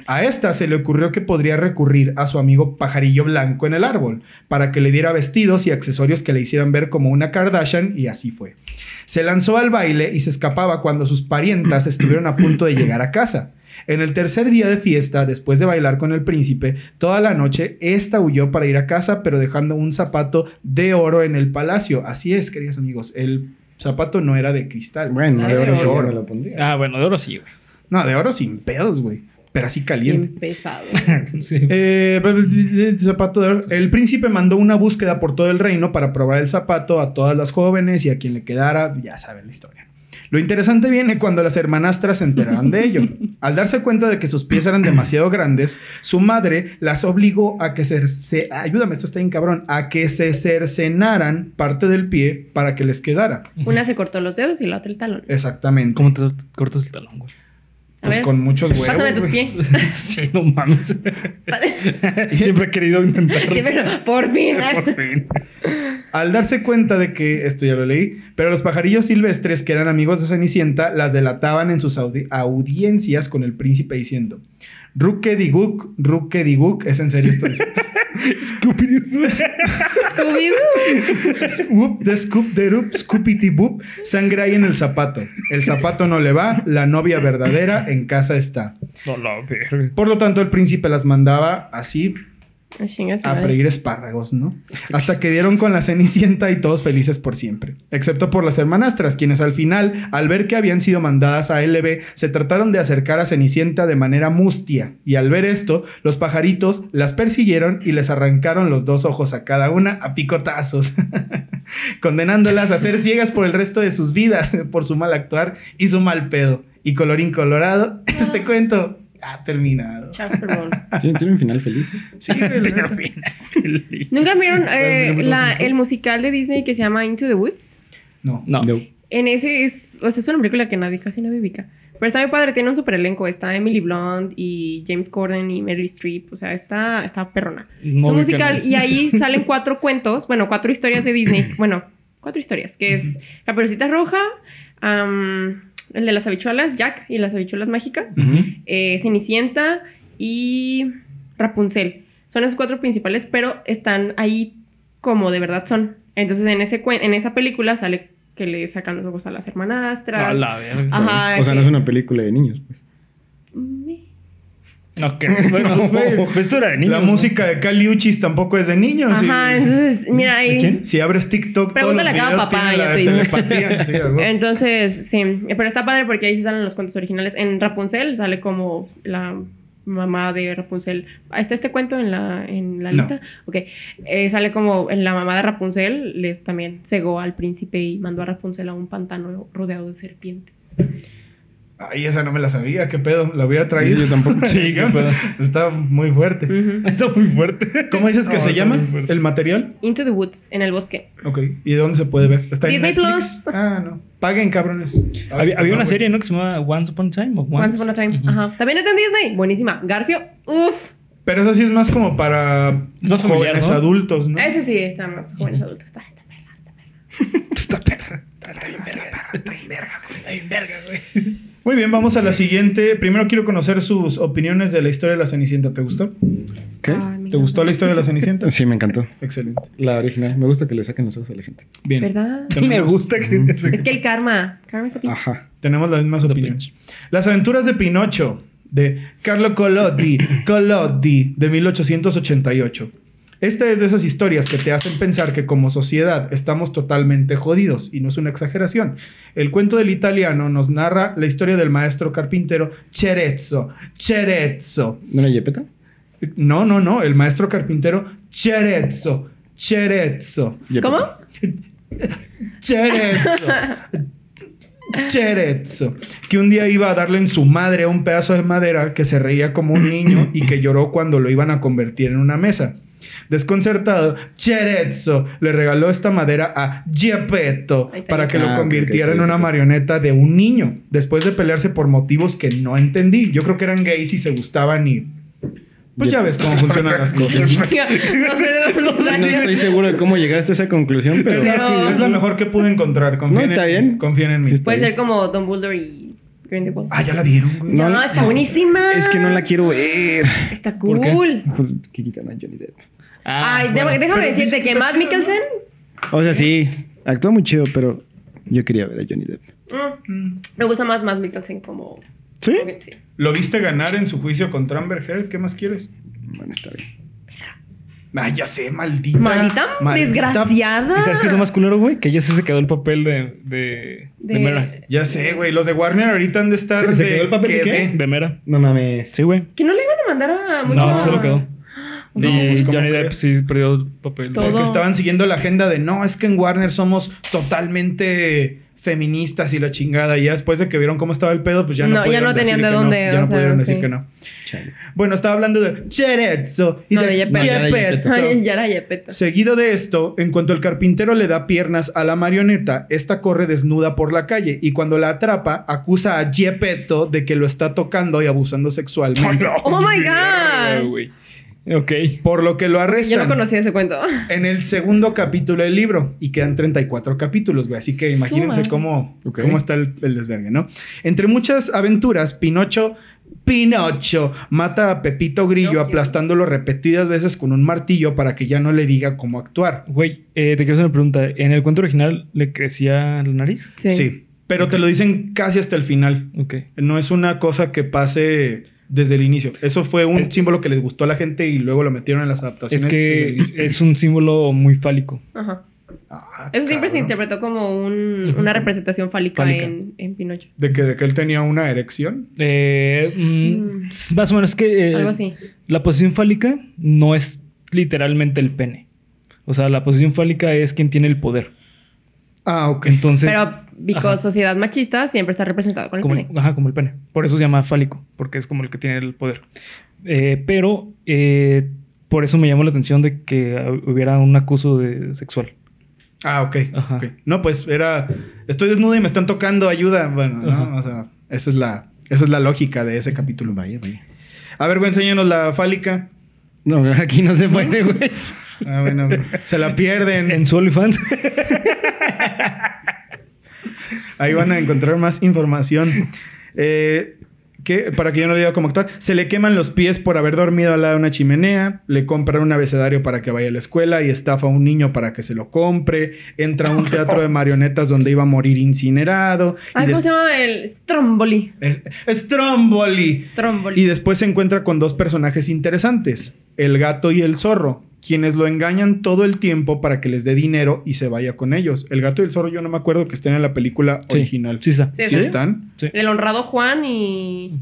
B: A esta se le ocurrió que podría recurrir a su amigo Pajarillo Blanco en el árbol para que le diera vestidos y accesorios que le hicieran ver como una Kardashian y así fue. Se lanzó al baile y se escapaba cuando sus parientas estuvieron a punto de llegar a casa. En el tercer día de fiesta, después de bailar con el príncipe, toda la noche, esta huyó para ir a casa, pero dejando un zapato de oro en el palacio. Así es, queridos amigos, el zapato no era de cristal.
A: Bueno,
D: Ay,
A: de oro
D: de
A: sí
B: oro.
A: yo me lo pondría.
C: Ah, bueno, de oro sí, güey.
B: No, de oro sin pedos, güey. Pero así caliente.
D: Bien pesado.
C: Sí.
B: Eh, bla, bla, bla, bla, zapato de oro. El príncipe mandó una búsqueda por todo el reino para probar el zapato a todas las jóvenes y a quien le quedara, ya saben la historia. Lo interesante viene cuando las hermanastras se enteraron de ello. Al darse cuenta de que sus pies eran demasiado grandes, su madre las obligó a que se, se- ayúdame, esto está bien cabrón, a que se cercenaran parte del pie para que les quedara.
D: Una se cortó los dedos y la otra el talón.
B: Exactamente.
C: ¿Cómo te cortas el talón, güey?
D: A
B: Pues
D: ver,
B: con muchos huevos.
D: pásame tu
B: güey.
D: pie.
C: sí, no mames. Siempre he querido intentarlo.
D: Sí, pero por fin.
C: Por fin.
B: Al darse cuenta de que, esto ya lo leí, pero los pajarillos silvestres que eran amigos de Cenicienta las delataban en sus audi- audiencias con el príncipe diciendo: Rukediguk, Rukediguk, es en serio esto. dice.
D: Scooby-Doo.
B: Scoop de scoop de rup, scoopity boop, sangre hay en el zapato. El zapato no le va, la novia verdadera en casa está.
C: No, la verga.
B: Por lo tanto, el príncipe las mandaba así
D: Ay, Ah, chinga su
B: a
D: madre.
B: freír espárragos, ¿no? Hasta que dieron con la cenicienta y todos felices por siempre. Excepto por las hermanastras, quienes al final, al ver que habían sido mandadas a LB, se trataron de acercar a Cenicienta de manera mustia. Y al ver esto, los pajaritos las persiguieron y les arrancaron los dos ojos a cada una a picotazos, condenándolas a ser ciegas por el resto de sus vidas por su mal actuar y su mal pedo. Y colorín colorado, este cuento ha terminado.
D: Chaperón.
B: Ah.
A: Tiene, tiene un final feliz.
B: Sí, güey, la neta.
D: ¿Nunca vieron eh,
C: sí, pero
D: la-
C: sí.
D: el musical de Disney que se llama Into the Woods?
B: No.
D: Ah.
C: No.
A: No.
D: En ese es, o sea, es una película que nadie, casi nadie ubica. Pero está muy padre, tiene un super elenco. Está Emily Blunt y James Corden y Meryl Streep. O sea, está, está perrona.
C: No
D: es un
C: ubican
D: musical
C: el-
D: y ahí salen cuatro cuentos, bueno, cuatro historias de Disney. Bueno, cuatro historias, que es Caperucita Roja, am, el de las habichuelas, Jack y las habichuelas mágicas, eh, Cenicienta y Rapunzel. Son esos cuatro principales, pero están ahí como de verdad son. Entonces en, ese cuen- en esa película sale que le sacan los ojos a las hermanastras.
C: A la verga.
D: Ajá.
A: o sea,
D: que-
A: no es una película de niños. Pues.
D: Mm, eh.
C: No, que bueno,
B: No.
C: güey. Pues esto era de niños.
B: la
C: ¿no?
B: música de Cali Uchis tampoco es de niños. sí.
D: Ajá, entonces, mira ahí.
C: quién?
B: Si abres TikTok, todos los
D: Pregúntale a cada
B: videos
D: papá,
B: tienen
D: ya
B: la
D: te
B: de
D: dice.
B: telepatía. sí, algo.
D: Entonces, sí, pero está padre porque ahí sí salen los cuentos originales. En Rapunzel sale como la mamá de Rapunzel. Ah, ¿Está este cuento en la, en la
B: No.
D: lista? Ok. Eh, sale como en la mamá de Rapunzel, les también cegó al príncipe y mandó a Rapunzel a un pantano rodeado de serpientes.
B: Ay, esa no me la sabía. ¿Qué pedo? La hubiera
A: Sí,
B: traído.
A: yo tampoco.
C: Sí, qué pedo.
B: Está muy fuerte.
D: Ujú.
C: Está muy fuerte.
B: ¿Cómo dices que
C: No,
B: se
C: está
B: llama
C: muy fuerte.
B: el material?
D: Into the Woods, en el bosque.
B: Ok. ¿Y dónde se puede ver? ¿Está en
D: Disney
B: Netflix?
D: Plus.
B: Ah, no. Paguen, cabrones. Ay,
C: Había, había
B: no,
C: una
B: Ah, güey.
C: serie, ¿no? Que se llamaba Once Upon a Time. o
D: Once Upon a Time.
C: Ujú.
D: Ajá. También está en Disney. Buenísima. Garfio, uff.
B: Pero eso sí es más como para
C: No familiar,
B: jóvenes
C: ¿no?
B: adultos, ¿no?
D: Ese sí está más jóvenes adultos. Está, está perla, está perla.
C: Está perra. Está bien verga, perra. Está bien verga, güey. Está bien verga, güey.
B: Muy bien, vamos a la siguiente. Primero quiero conocer sus opiniones de la historia de la Cenicienta. ¿Te gustó?
A: ¿Qué?
D: Ay, me
B: ¿Te gustó
D: encanta.
B: la historia de la Cenicienta?
A: Sí, me encantó.
B: Excelente.
A: La original. Me gusta que le saquen los ojos a la gente.
B: Bien.
D: ¿Verdad?
C: Me gusta que.
D: Es que el karma. Karma está pinche.
A: Ajá.
B: Tenemos las mismas
C: The
B: opiniones. Las aventuras de Pinocho, de Carlo Collodi, Collodi, de 1888. Esta es de esas historias que te hacen pensar que como sociedad estamos totalmente jodidos, y no es una exageración. El cuento del italiano nos narra la historia del maestro carpintero Cerezzo. Cerezzo.
A: ¿Una yepeta?
B: No, no, no, el maestro carpintero Cerezzo. Cerezzo.
A: Yepeta.
D: ¿Cómo?
B: Cherezzo. Cherezzo. Que un día iba a darle en su madre un pedazo de madera que se reía como un niño y que lloró cuando lo iban a convertir en una mesa. Desconcertado, Cherezzo le regaló esta madera a Geppetto
D: Ahí está.
B: para que
A: Ah,
B: lo
A: ok,
B: convirtiera
A: ok,
B: en
A: ok,
B: una
A: ok.
B: marioneta de un niño, después de pelearse por motivos que no entendí. Yo creo que eran gays y se gustaban y... Pues ya ves cómo funcionan las cosas.
D: no sé de dónde
A: No
D: salió.
A: estoy seguro de cómo llegaste a esa conclusión, pero.
D: Claro. Pero-
B: Es la mejor que pude encontrar. Confíen,
A: No, está
B: en,
A: bien.
B: confíen en mí.
A: Sí está
D: Puede
A: bien.
D: ser como Dumbledore y Grindelwald.
B: Ah, ya la vieron, güey.
D: no,
A: no,
D: está buenísima.
A: Es que no la quiero ver.
D: Está cool.
C: ¿Por qué?
A: Que quitan a Johnny Depp.
C: Ah,
D: Ay,
C: bueno.
D: de- déjame
B: Pero
D: decirte
B: dicen que
D: que
B: está
D: Matt
B: chido, ¿no?
D: Mikkelsen.
A: O sea, sí, actúa muy chido, pero yo quería ver a Johnny Depp.
D: mm,
B: Mm.
D: me gusta más Matt Mikkelsen como.
A: ¿Sí?
D: como que- sí.
B: Lo viste ganar en su juicio contra Amber Heard. ¿Qué más quieres?
A: Bueno, está bien.
B: Ah, ya sé, maldita.
D: Maldita, desgraciada.
C: ¿Y sabes qué es lo más culero, güey? Que ella sí se quedó el papel de, de, de...
D: De-
C: Mera.
B: Ya sé, güey. Los de Warner ahorita han de estar.
A: ¿Se- se
B: de-
A: quedó el papel de
B: que
A: qué?
C: De Mera.
A: No mames.
C: Sí, güey.
D: Que no le iban a mandar a mucho.
C: No, se lo quedó.
B: No,
C: y
B: pues, ¿cómo
C: Johnny Depp
B: crees?
C: sí perdió el papel.
D: Todo.
B: Porque estaban siguiendo la agenda de no, es que en Warner somos totalmente feministas y la chingada. Y ya después de que vieron cómo estaba el pedo, pues ya no,
D: No, ya
B: pudieron
D: no tenían
B: decirle
D: de
B: que no.
D: dónde,
B: Ya
D: o
B: no
D: sea,
B: pudieron decir
D: sí.
B: que no.
A: Chale.
B: Bueno, estaba hablando de Cherezzo y
D: No,
B: de
D: de Geppetto.
B: Geppetto.
D: Ay, ya era Yepeto.
B: Seguido de esto, en cuanto el carpintero le da piernas a la marioneta, esta corre desnuda por la calle y cuando la atrapa, acusa a Geppetto de que lo está tocando y abusando sexualmente.
D: Oh my God.
C: güey. Ok.
B: Por lo que lo
D: Yo no
B: arrestan
D: conocía ese cuento.
B: en el segundo capítulo del libro y quedan 34 capítulos, güey. Así que imagínense
D: Suma.
B: cómo,
A: Ok.
B: cómo está el, el desvergue, ¿no? Entre muchas aventuras, Pinocho. Pinocho mata a Pepito Grillo
D: Pinocchio.
B: aplastándolo repetidas veces con un martillo para que ya no le diga cómo actuar.
C: Güey, eh, te quiero hacer una pregunta. ¿En el cuento original le crecía la nariz?
D: Sí.
B: Sí, pero te lo dicen casi hasta el final.
C: Ok.
B: No es una cosa que pase desde el inicio. Eso fue un
C: Eh.
B: símbolo que les gustó a la gente y luego lo metieron en las
C: Es
B: adaptaciones. desde el
C: que
B: inicio.
C: es un símbolo muy fálico.
D: Ajá.
B: Ah,
D: Eso siempre se
B: cabrón.
D: interpretó como un-
C: Ujú.
D: una representación fálica,
C: Fálica.
D: En, en Pinocho.
B: De que, de que él tenía una erección.
C: Eh, mm,
D: Mm.
C: s- Más o menos es que eh,
D: Algo así.
C: la posición fálica no es literalmente el pene. O sea, la posición fálica es quien tiene el poder.
B: Ah, ok.
C: Entonces,
D: Pero, because
C: ajá.
D: sociedad machista siempre está representado con el
C: como,
D: pene.
C: Ajá, como el pene. Por eso se llama fálico, porque es como el que tiene el poder. Eh, pero eh, por eso me llamó la atención de que ah, hubiera un acuso de sexual.
B: Ah, ok.
C: Ajá.
B: ok. No, pues era. Estoy desnudo y me están tocando, ayuda. Bueno, ¿no?
C: Ajá.
B: O sea, esa es la. Esa es la lógica de ese capítulo.
A: Vaya, vaya.
B: A ver, güey, enséñanos la fálica.
A: No, aquí no se puede, güey.
B: Ah, bueno. güey. se la
D: Mm.
B: pierden.
C: En su OnlyFans.
B: Ahí van a encontrar más información. Eh, que, para que yo no le diga cómo actuar. Se le queman los pies por haber dormido al lado de una chimenea. Le compran un abecedario para que vaya a la escuela y estafa a un niño para que se lo compre. Entra a un teatro de marionetas donde iba a morir incinerado. y
D: Ay, Ah, ¿cómo
B: des-
D: se llama el Stromboli?
B: Es- Stromboli.
D: Stromboli.
B: Y después se encuentra con dos personajes interesantes, el gato y el zorro, quienes lo engañan todo el tiempo para que les dé dinero y se vaya con ellos. El gato y el zorro yo no me acuerdo que estén en la película
C: Sí,
B: original.
C: Sí, está.
D: Sí,
B: ¿Sí
D: sí.
B: están?
C: Sí.
D: El honrado Juan y.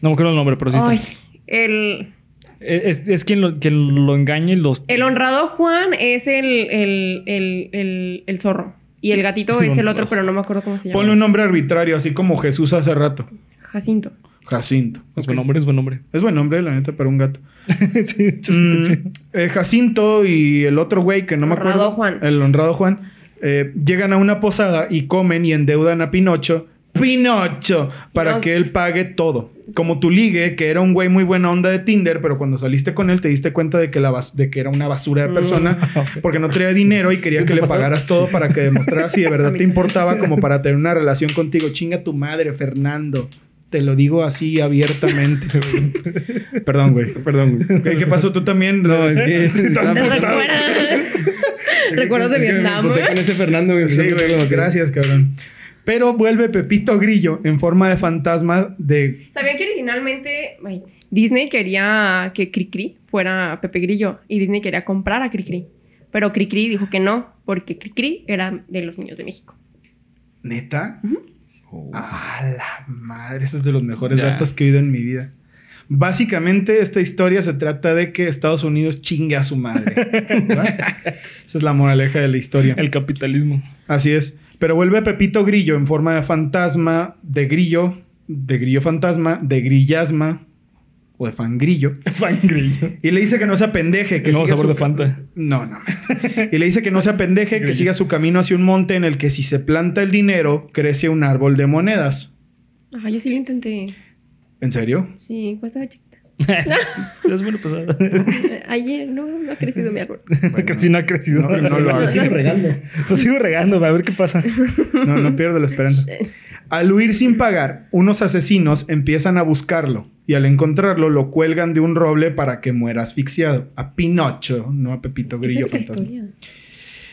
C: No me acuerdo el nombre, pero sí Pues está. Eh,
D: Ay, el,
C: Es, es quien, lo, quien lo engaña y los.
D: el honrado Juan es el, el, el, el, el zorro. Y el gatito
C: El
D: es el
C: honrado.
D: otro, pero no me acuerdo cómo se llama.
B: Ponle un nombre arbitrario, así como Jesús hace rato.
D: Jacinto.
B: Jacinto.
C: Es
B: Ok.
C: buen hombre, es buen hombre.
B: Es buen nombre, la neta, para un gato.
C: sí, de hecho, sí
B: Mm,
C: está chido.
B: eh, Jacinto y el otro güey que no me
D: Honrado
B: acuerdo.
D: Juan.
B: El honrado Juan. eh, llegan a una posada y comen y endeudan a Pinocho. Pinocho, para
D: No.
B: que él pague todo. Como tu ligue, que era un güey muy buena onda de Tinder, pero cuando saliste con él te diste cuenta de que, la bas- de que era una basura de persona
C: Mm.
B: porque no traía dinero y quería
C: ¿Sí
B: que
C: te
B: le
C: pasó?
B: pagaras todo para que demostraras si de verdad te importaba como para tener una relación contigo. Chinga tu madre, Fernando. Te lo digo así abiertamente. Perdón, güey.
A: Perdón, güey.
B: Ok, ¿Qué pasó tú también?
A: No, es que estaba
D: ¿Te
A: apuntado.
D: recuerdas? ¿Recuerdas de
A: Es que Ah, me
D: Vietnam?
A: encontré
D: güey?
A: con ese Fernando, güey.
B: Sí, güey, gracias, cabrón. Pero vuelve Pepito Grillo en forma de fantasma de...
D: ¿Sabían que originalmente ay, Disney quería que Cricri fuera Pepe Grillo y Disney quería comprar a Cricri? Pero Cricri dijo que no, porque Cricri era de los niños de México.
B: ¿Neta?
A: Oh.
B: A la madre! Ese es de los mejores
C: Ya.
B: datos que he oído en mi vida. Básicamente, esta historia se trata de que Estados Unidos chingue a su madre. ¿verdad? Esa es la moraleja de la historia.
C: El capitalismo.
B: Así es. Pero vuelve Pepito Grillo en forma de fantasma, de grillo, de grillo fantasma, de grillasma. o de fangrillo.
C: Fangrillo.
B: Y le dice que no se apendeje, que
C: No,
B: siga
C: sabor
B: su
C: de
B: ca-
C: Fanta.
B: No, no. Y le dice que no se apendeje, que siga su camino hacia un monte en el que si se planta el dinero, crece un árbol de monedas.
D: Ajá, yo sí lo intenté.
B: ¿En serio?
D: Sí, cuando estaba chiquita.
C: es bueno pues, pasado.
D: Eh, Ayer, no, no ha crecido mi árbol.
C: si no ha crecido.
B: No, no lo hagas.
A: Sigue regando.
C: Lo sigo regando, a ver qué pasa.
B: No, no pierdo la esperanza. Al huir sin pagar, unos asesinos empiezan a buscarlo y al encontrarlo lo cuelgan de un roble para que muera asfixiado. A Pinocho, no a Pepito
D: ¿Qué es
B: Grillo
D: esta
B: Fantasma.
D: historia?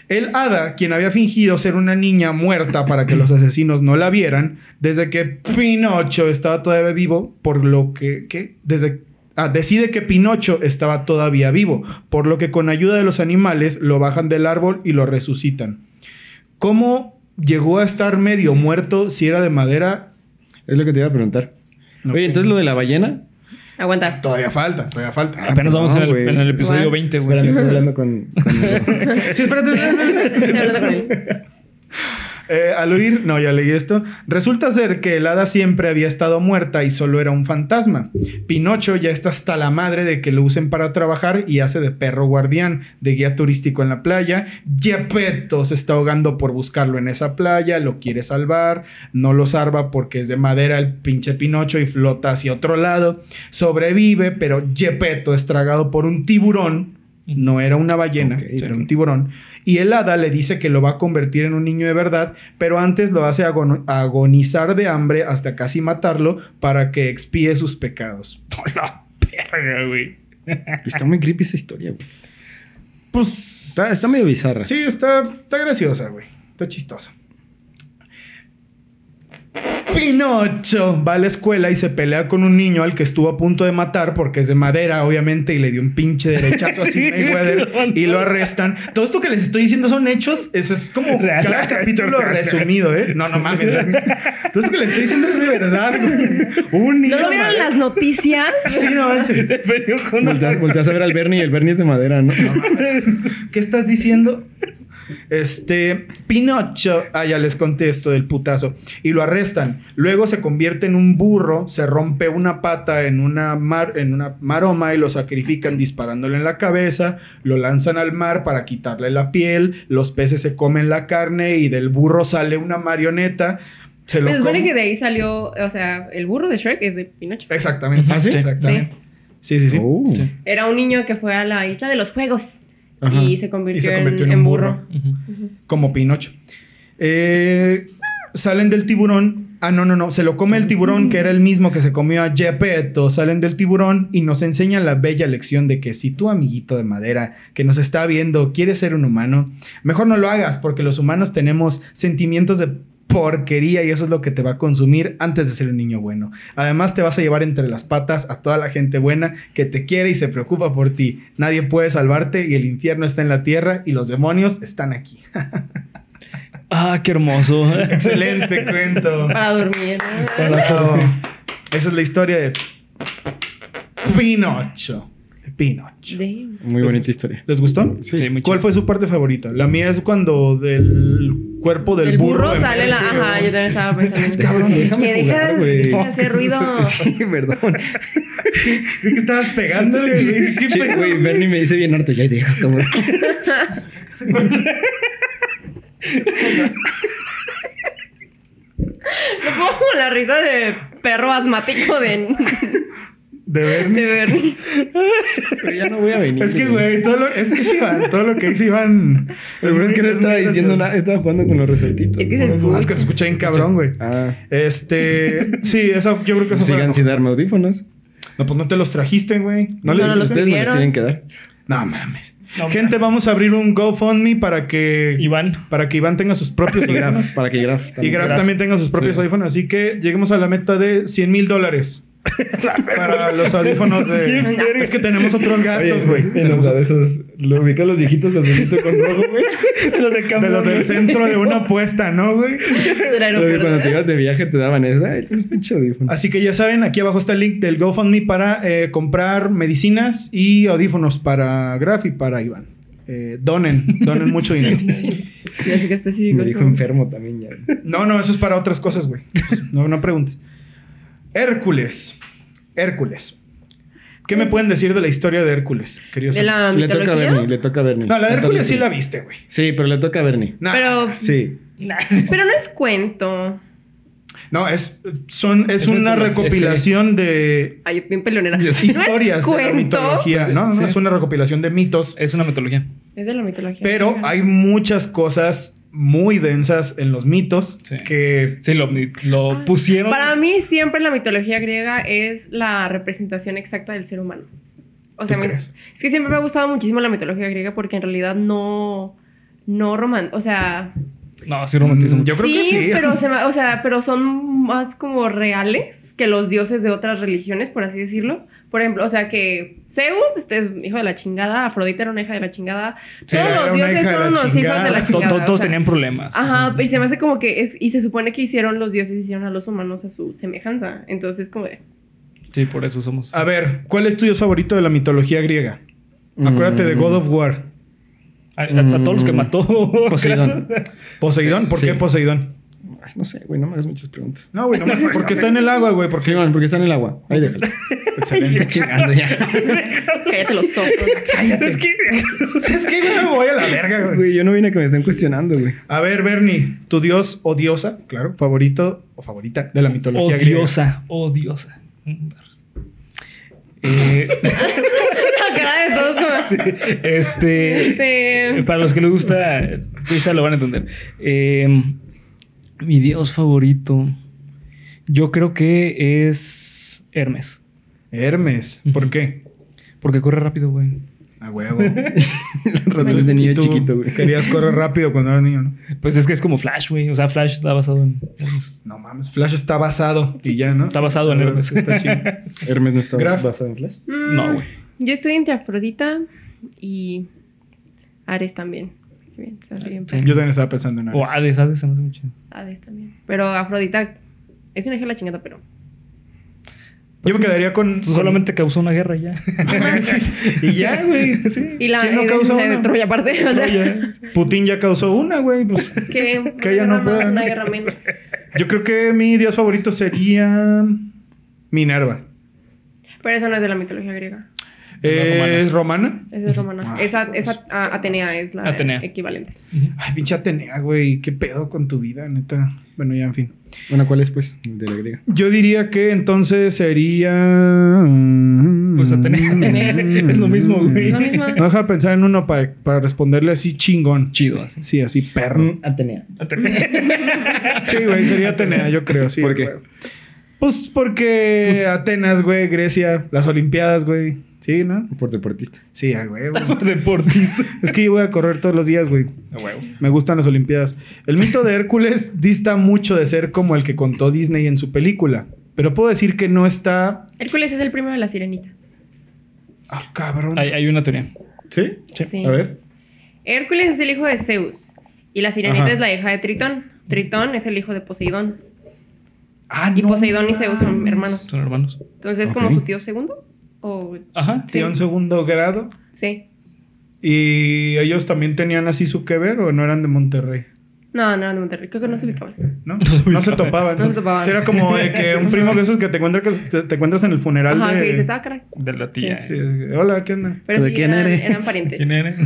B: El hada, quien había fingido ser una niña muerta para que los asesinos no la vieran, desde que Pinocho estaba todavía vivo, por lo que... ¿Qué? Desde... Ah, decide que Pinocho estaba todavía vivo, por lo que con ayuda de los animales lo bajan del árbol y lo resucitan. ¿Cómo llegó a estar medio muerto si era de madera?
A: Es lo que te iba a preguntar.
B: No,
A: Oye, entonces lo de la ballena.
D: Aguanta.
B: Todavía falta, todavía falta.
C: Ah, Apenas vamos
A: no,
C: en,
A: güey.
C: el, en el episodio
D: Igual.
C: 20, güey.
A: Espérame, estoy hablando con. con-
B: Sí, espérate.
D: Estoy hablando con él.
B: Eh, al oír, no, ya leí esto. Resulta ser que el hada siempre había estado muerta y solo era un fantasma. Pinocho ya está hasta la madre de que lo usen para trabajar y hace de perro guardián, de guía turístico en la playa. Gepetto se está ahogando por buscarlo en esa playa, lo quiere salvar, no lo salva porque es de madera el pinche Pinocho y flota hacia otro lado. Sobrevive, pero Gepetto es tragado por un tiburón. No era una ballena,
A: Ok,
B: era
A: ok.
B: un tiburón. Y el hada le dice que lo va a convertir en un niño de verdad, pero antes lo hace agon- agonizar de hambre hasta casi matarlo para que expíe sus pecados.
C: La perra, güey.
A: Está muy creepy esa historia, güey.
B: Pues
A: Está, está medio bizarra.
B: sí, está, está graciosa, güey. Está chistosa. Pinocho va a la escuela y se pelea con un niño al que estuvo a punto de matar porque es de madera, obviamente, y le dio un pinche derechazo así
C: Sí,
B: Mayweather
C: lo mandó.
B: y lo arrestan. Todo esto que les estoy diciendo son hechos, eso es como
C: Real.
B: cada capítulo resumido, ¿eh? No, no mames. Todo esto que les estoy diciendo es de verdad, güey. Hubo Un niño.
D: ¿No lo vieron en
B: madera.
D: las noticias?
B: Sí, no manches.
C: Te peleó con
A: Volteas, volteas a ver al Bernie y el Bernie es de madera, ¿no?
B: ¿Qué estás diciendo? Este, Pinocho. Ah, ya les conté esto del putazo. Y lo arrestan. Luego se convierte en un burro, se rompe una pata en una, mar, en una maroma y lo sacrifican disparándole en la cabeza. Lo lanzan al mar para quitarle la piel. Los peces se comen la carne y del burro sale una marioneta. Se lo
D: Se supone
B: come-
D: Pues, que de ahí salió, o sea, el burro de Shrek es de Pinocho.
B: Exactamente.
A: ¿Ah, sí?
B: Exactamente. Sí, sí, sí.
A: Oh.
D: Era un niño que fue a la isla de los juegos
A: Ajá.
D: y se convirtió,
B: Y se convirtió
D: en,
B: en un
D: en burro.
B: burro. como Pinocho. Eh, salen del tiburón. Ah, no, no, no. Se lo come el tiburón, que era el mismo que se comió a Gepetto. Salen del tiburón y nos enseñan la bella lección de que si tu amiguito de madera que nos está viendo quiere ser un humano, mejor no lo hagas porque los humanos tenemos sentimientos de porquería y eso es lo que te va a consumir antes de ser un niño bueno. Además te vas a llevar entre las patas a toda la gente buena que te quiere y se preocupa por ti. Nadie puede salvarte y el infierno está en la tierra y los demonios están aquí.
C: Ah, qué hermoso.
B: Excelente cuento.
D: Para dormir. ¿no?
B: Bravo. Esa es la historia de Pinocho. Pinocho.
D: Damn.
A: Muy bonita historia.
B: ¿Les gustó?
C: Sí, muy chido.
B: ¿Cuál fue su parte favorita? La mía es cuando del cuerpo del
D: el burro,
B: burro,
D: sale
B: emerge,
D: la. Ajá, yo también estaba pensando.
A: Es cabrón, déjame
D: que
A: jugar,
D: deja
A: güey.
D: deja de hacer ruido.
A: Sí, perdón.
B: Creo que estabas pegándole. güey. ¿Qué
A: Che,
B: pedo?
A: güey, Bernie me dice bien harto. Ya deja, cabrón.
D: Como la risa de perro asmático de,
B: De verme.
D: de Bernie.
A: Pero ya no voy a venir.
B: Es que, güey, todo lo, es que es Iván, todo lo que hizo Iván.
A: Lo peor es que no
B: muy
A: estaba diciendo
B: gracioso.
A: nada. Estaba jugando con los resortitos.
D: Es que se
B: Ah, Es
D: escucha.
B: que se escucha bien cabrón, güey.
A: Ah.
B: Este, sí, esa, yo creo que eso fue. la
A: Sigan sin
B: mejor.
A: darme audífonos.
B: No, pues no te los trajiste, güey.
D: No,
A: les
D: no
A: dije,
D: los
A: Ustedes me los
D: pidieron.
A: tienen que dar.
B: No mames.
C: No
B: Gente, vamos a abrir un GoFundMe para que
C: Iván.
B: para que Iván tenga sus propios
A: Y Graf,
B: audífonos.
A: para que Graf
B: Y
A: también.
B: Graf
C: Graf.
B: también tenga sus propios
A: Sí.
B: audífonos. Así que lleguemos a la meta de 100 mil dólares. para los audífonos de...
C: Sí, verga.
B: es que tenemos otros gastos,
A: Oye,
B: güey.
A: En los
B: Tenemos
A: de esos. Lo ubican los viejitos de azulito con rojo, güey.
C: Los de
B: De
C: cambio.
B: los del centro de una apuesta, ¿no, güey?
D: Era
A: Lo de
D: un
A: Cuando te
D: perro.
A: ibas de viaje te daban eso. Ay, tienes pinche audífono.
B: Así que ya saben, aquí abajo está el link del GoFundMe para eh, comprar medicinas y audífonos para Graf y para Iván. Eh, donen, donen mucho dinero.
D: Sí, así que específico.
A: Me dijo enfermo también ya.
B: No, no, eso es para otras Pues, cosas, güey. No, no preguntes. Hércules. Hércules. ¿Qué me pueden decir de la historia de Hércules, queridos
D: De la-
B: amigos?
A: Le toca a
D: ¿Mitología?
A: Bernie, le toca a Bernie.
B: No, la de
A: Le toca
B: Hércules
A: a
B: sí la
A: Bernie.
B: viste, güey.
A: Sí, pero le toca a Bernie.
B: Nah.
D: Pero,
A: Ah, Sí.
D: pero no es cuento.
B: No, es, son, es,
C: Es
B: una
C: mitología,
B: recopilación de
D: Ay, bien pelonera.
A: Y así
D: No es
B: historias de la
D: cuento. Eh,
B: mitología. No, no, no,
C: Sí.
B: es una recopilación de mitos.
C: Es una mitología.
D: Es de la mitología.
B: Pero
D: griega.
B: hay muchas cosas muy densas en los mitos
C: Sí.
B: que...
C: Sí, lo, lo pusieron.
D: Ah, Para mí, siempre la mitología griega es la representación exacta del ser humano. O sea,
B: ¿Tú
D: me-
B: crees?
D: es que siempre me ha gustado muchísimo la mitología griega porque en realidad no. No roman... O sea.
C: No, sí, romanticismo.
B: Mm, yo- creo que sí.
D: Pero se me- o sea, pero son más como reales que los dioses de otras religiones, por así decirlo. Por ejemplo, o sea que Zeus este es hijo de la chingada, Afrodita era una hija de la chingada.
B: Sí,
D: todos
B: era una
D: los dioses
B: hija de la
D: son los hijos
B: chingada.
D: de
B: To-
D: la
C: To- to-
D: chingada. o
C: todos
D: sea,
C: tenían problemas.
D: Ajá,
C: O sea,
D: y se me hace como que es, y se supone que hicieron los dioses, hicieron a los humanos a su semejanza. Entonces, como de,
C: Sí, por eso somos.
B: A ver, ¿cuál es tu dios favorito de la mitología griega? Acuérdate de
A: Mm.
B: God of War.
C: A, a- a todos los que
A: Mm.
C: mató.
A: Poseidón.
B: ¿Poseidón?
A: Sí,
B: ¿Por
A: sí.
B: qué Poseidón?
A: Ay, no sé, güey, no me hagas muchas preguntas.
B: No, güey, no, porque está en el agua, güey. Porque...
A: Sí, man, porque está en el agua. Ahí déjalo.
B: Excelente.
A: Estás chingando ya.
D: cállate los ojos.
C: es que.
B: ¿Sabes qué, güey? Me voy a la verga, güey.
A: Güey, yo no vine a que me estén cuestionando, güey.
B: A ver, Bernie, tu dios o diosa, claro, favorito o favorita de la mitología griega.
C: odiosa, odiosa. Eh,
D: la cara de todos como,
C: este.
B: Eh,
D: este,
C: Para los que les gusta, quizá lo van a entender. Eh, mi dios favorito. Yo creo que es Hermes.
B: Hermes. ¿Por qué?
C: Porque corre rápido, güey.
B: A huevo.
A: Razones de niño
B: Tú
A: chiquito, güey.
B: Querías correr rápido cuando era niño, ¿no?
C: Pues es que es como Flash, güey. O sea, Flash está basado en Hermes.
B: No mames, Flash está basado y ya, ¿no?
C: Está basado en Hermes.
B: Está chido.
A: Hermes no está
B: Graf.
A: basado en Flash.
D: mm,
C: No, güey.
D: Yo estoy entre Afrodita y Ares también. Bien, se oye bien,
C: Sí.
D: pero-
B: Yo también estaba pensando en
C: O
B: Ares.
C: Hades, Hades, se me hace muy chido.
D: Hades también. Pero Afrodita es una hija de la chingada, pero.
B: Yo me quedaría con.
C: pues Tú solamente causó una guerra y ya.
B: y ya, güey. Sí.
D: Y la
B: ¿Quién no
D: y
B: causa
D: de, de
B: una?
D: Troya aparte. O sea,
B: Oye, Putin ya causó una, güey. pues.
D: que,
B: Que ella no
D: una guerra más,
B: pueda, ¿no?
D: Una guerra menos.
B: Yo creo que mi dios favorito sería. Minerva.
D: Pero esa no es de la mitología griega.
B: ¿Es romana?
D: Esa es romana.
B: Ah,
D: esa esa a- Atenea es la
C: Atenea.
D: equivalente.
B: Ay, pinche Atenea, güey. ¿Qué pedo con tu vida, neta? Bueno, ya, en fin.
A: Bueno, ¿cuál es, pues? De la griega.
B: Yo diría que entonces sería. mm,
C: Pues Atenea. es lo mismo, güey.
D: Es la misma.
B: No deja de pensar en uno pa- para responderle así chingón.
C: Chido, así. Mm.
B: Sí, así perro.
A: Mm, Atenea.
B: Sí, güey, sería Atenea, yo creo, sí.
A: ¿Por qué?
B: güey. Pues porque Atenas, güey, Grecia, las Olimpiadas, güey. Sí, ¿no?
A: Por deportista.
B: Sí, a huevo.
C: Deportista.
B: es que yo voy a correr todos los días, güey. Me gustan las Olimpiadas. El mito de Hércules dista mucho de ser como el que contó Disney en su película. Pero puedo decir que no está.
D: Hércules es el primo de la sirenita.
B: Ah, cabrón.
C: Hay, hay una teoría.
A: ¿Sí?
D: Sí.
A: A ver.
D: Hércules es el hijo de Zeus. Y la sirenita
B: Ajá.
D: es la hija de Tritón. Tritón es el hijo de Poseidón.
B: Ah,
D: Y Poseidón y Zeus son
B: mames.
D: hermanos.
C: Son hermanos.
D: Entonces,
A: Ok.
D: como su tío segundo. O.
C: Ajá.
D: Sí.
B: Sí, un segundo grado.
D: Sí.
B: Y ellos también tenían así su que ver o no eran de Monterrey,
D: No, no, no, Monterrey. Creo que
A: Ah,
D: no se ubicaban.
B: ¿no? No se topaban.
D: No se topaban.
B: Sí, era como de que un primo de esos que te encuentras, que te, te encuentras en el funeral
D: Ajá,
B: de...
D: que dices, ah, caray.
C: De la tía.
B: Sí,
C: ¿eh?
B: hola, ¿qué onda?
D: Pero
A: ¿De
D: sí,
A: quién
D: eran,
A: eres?
D: eran parientes.
C: ¿Quién eres?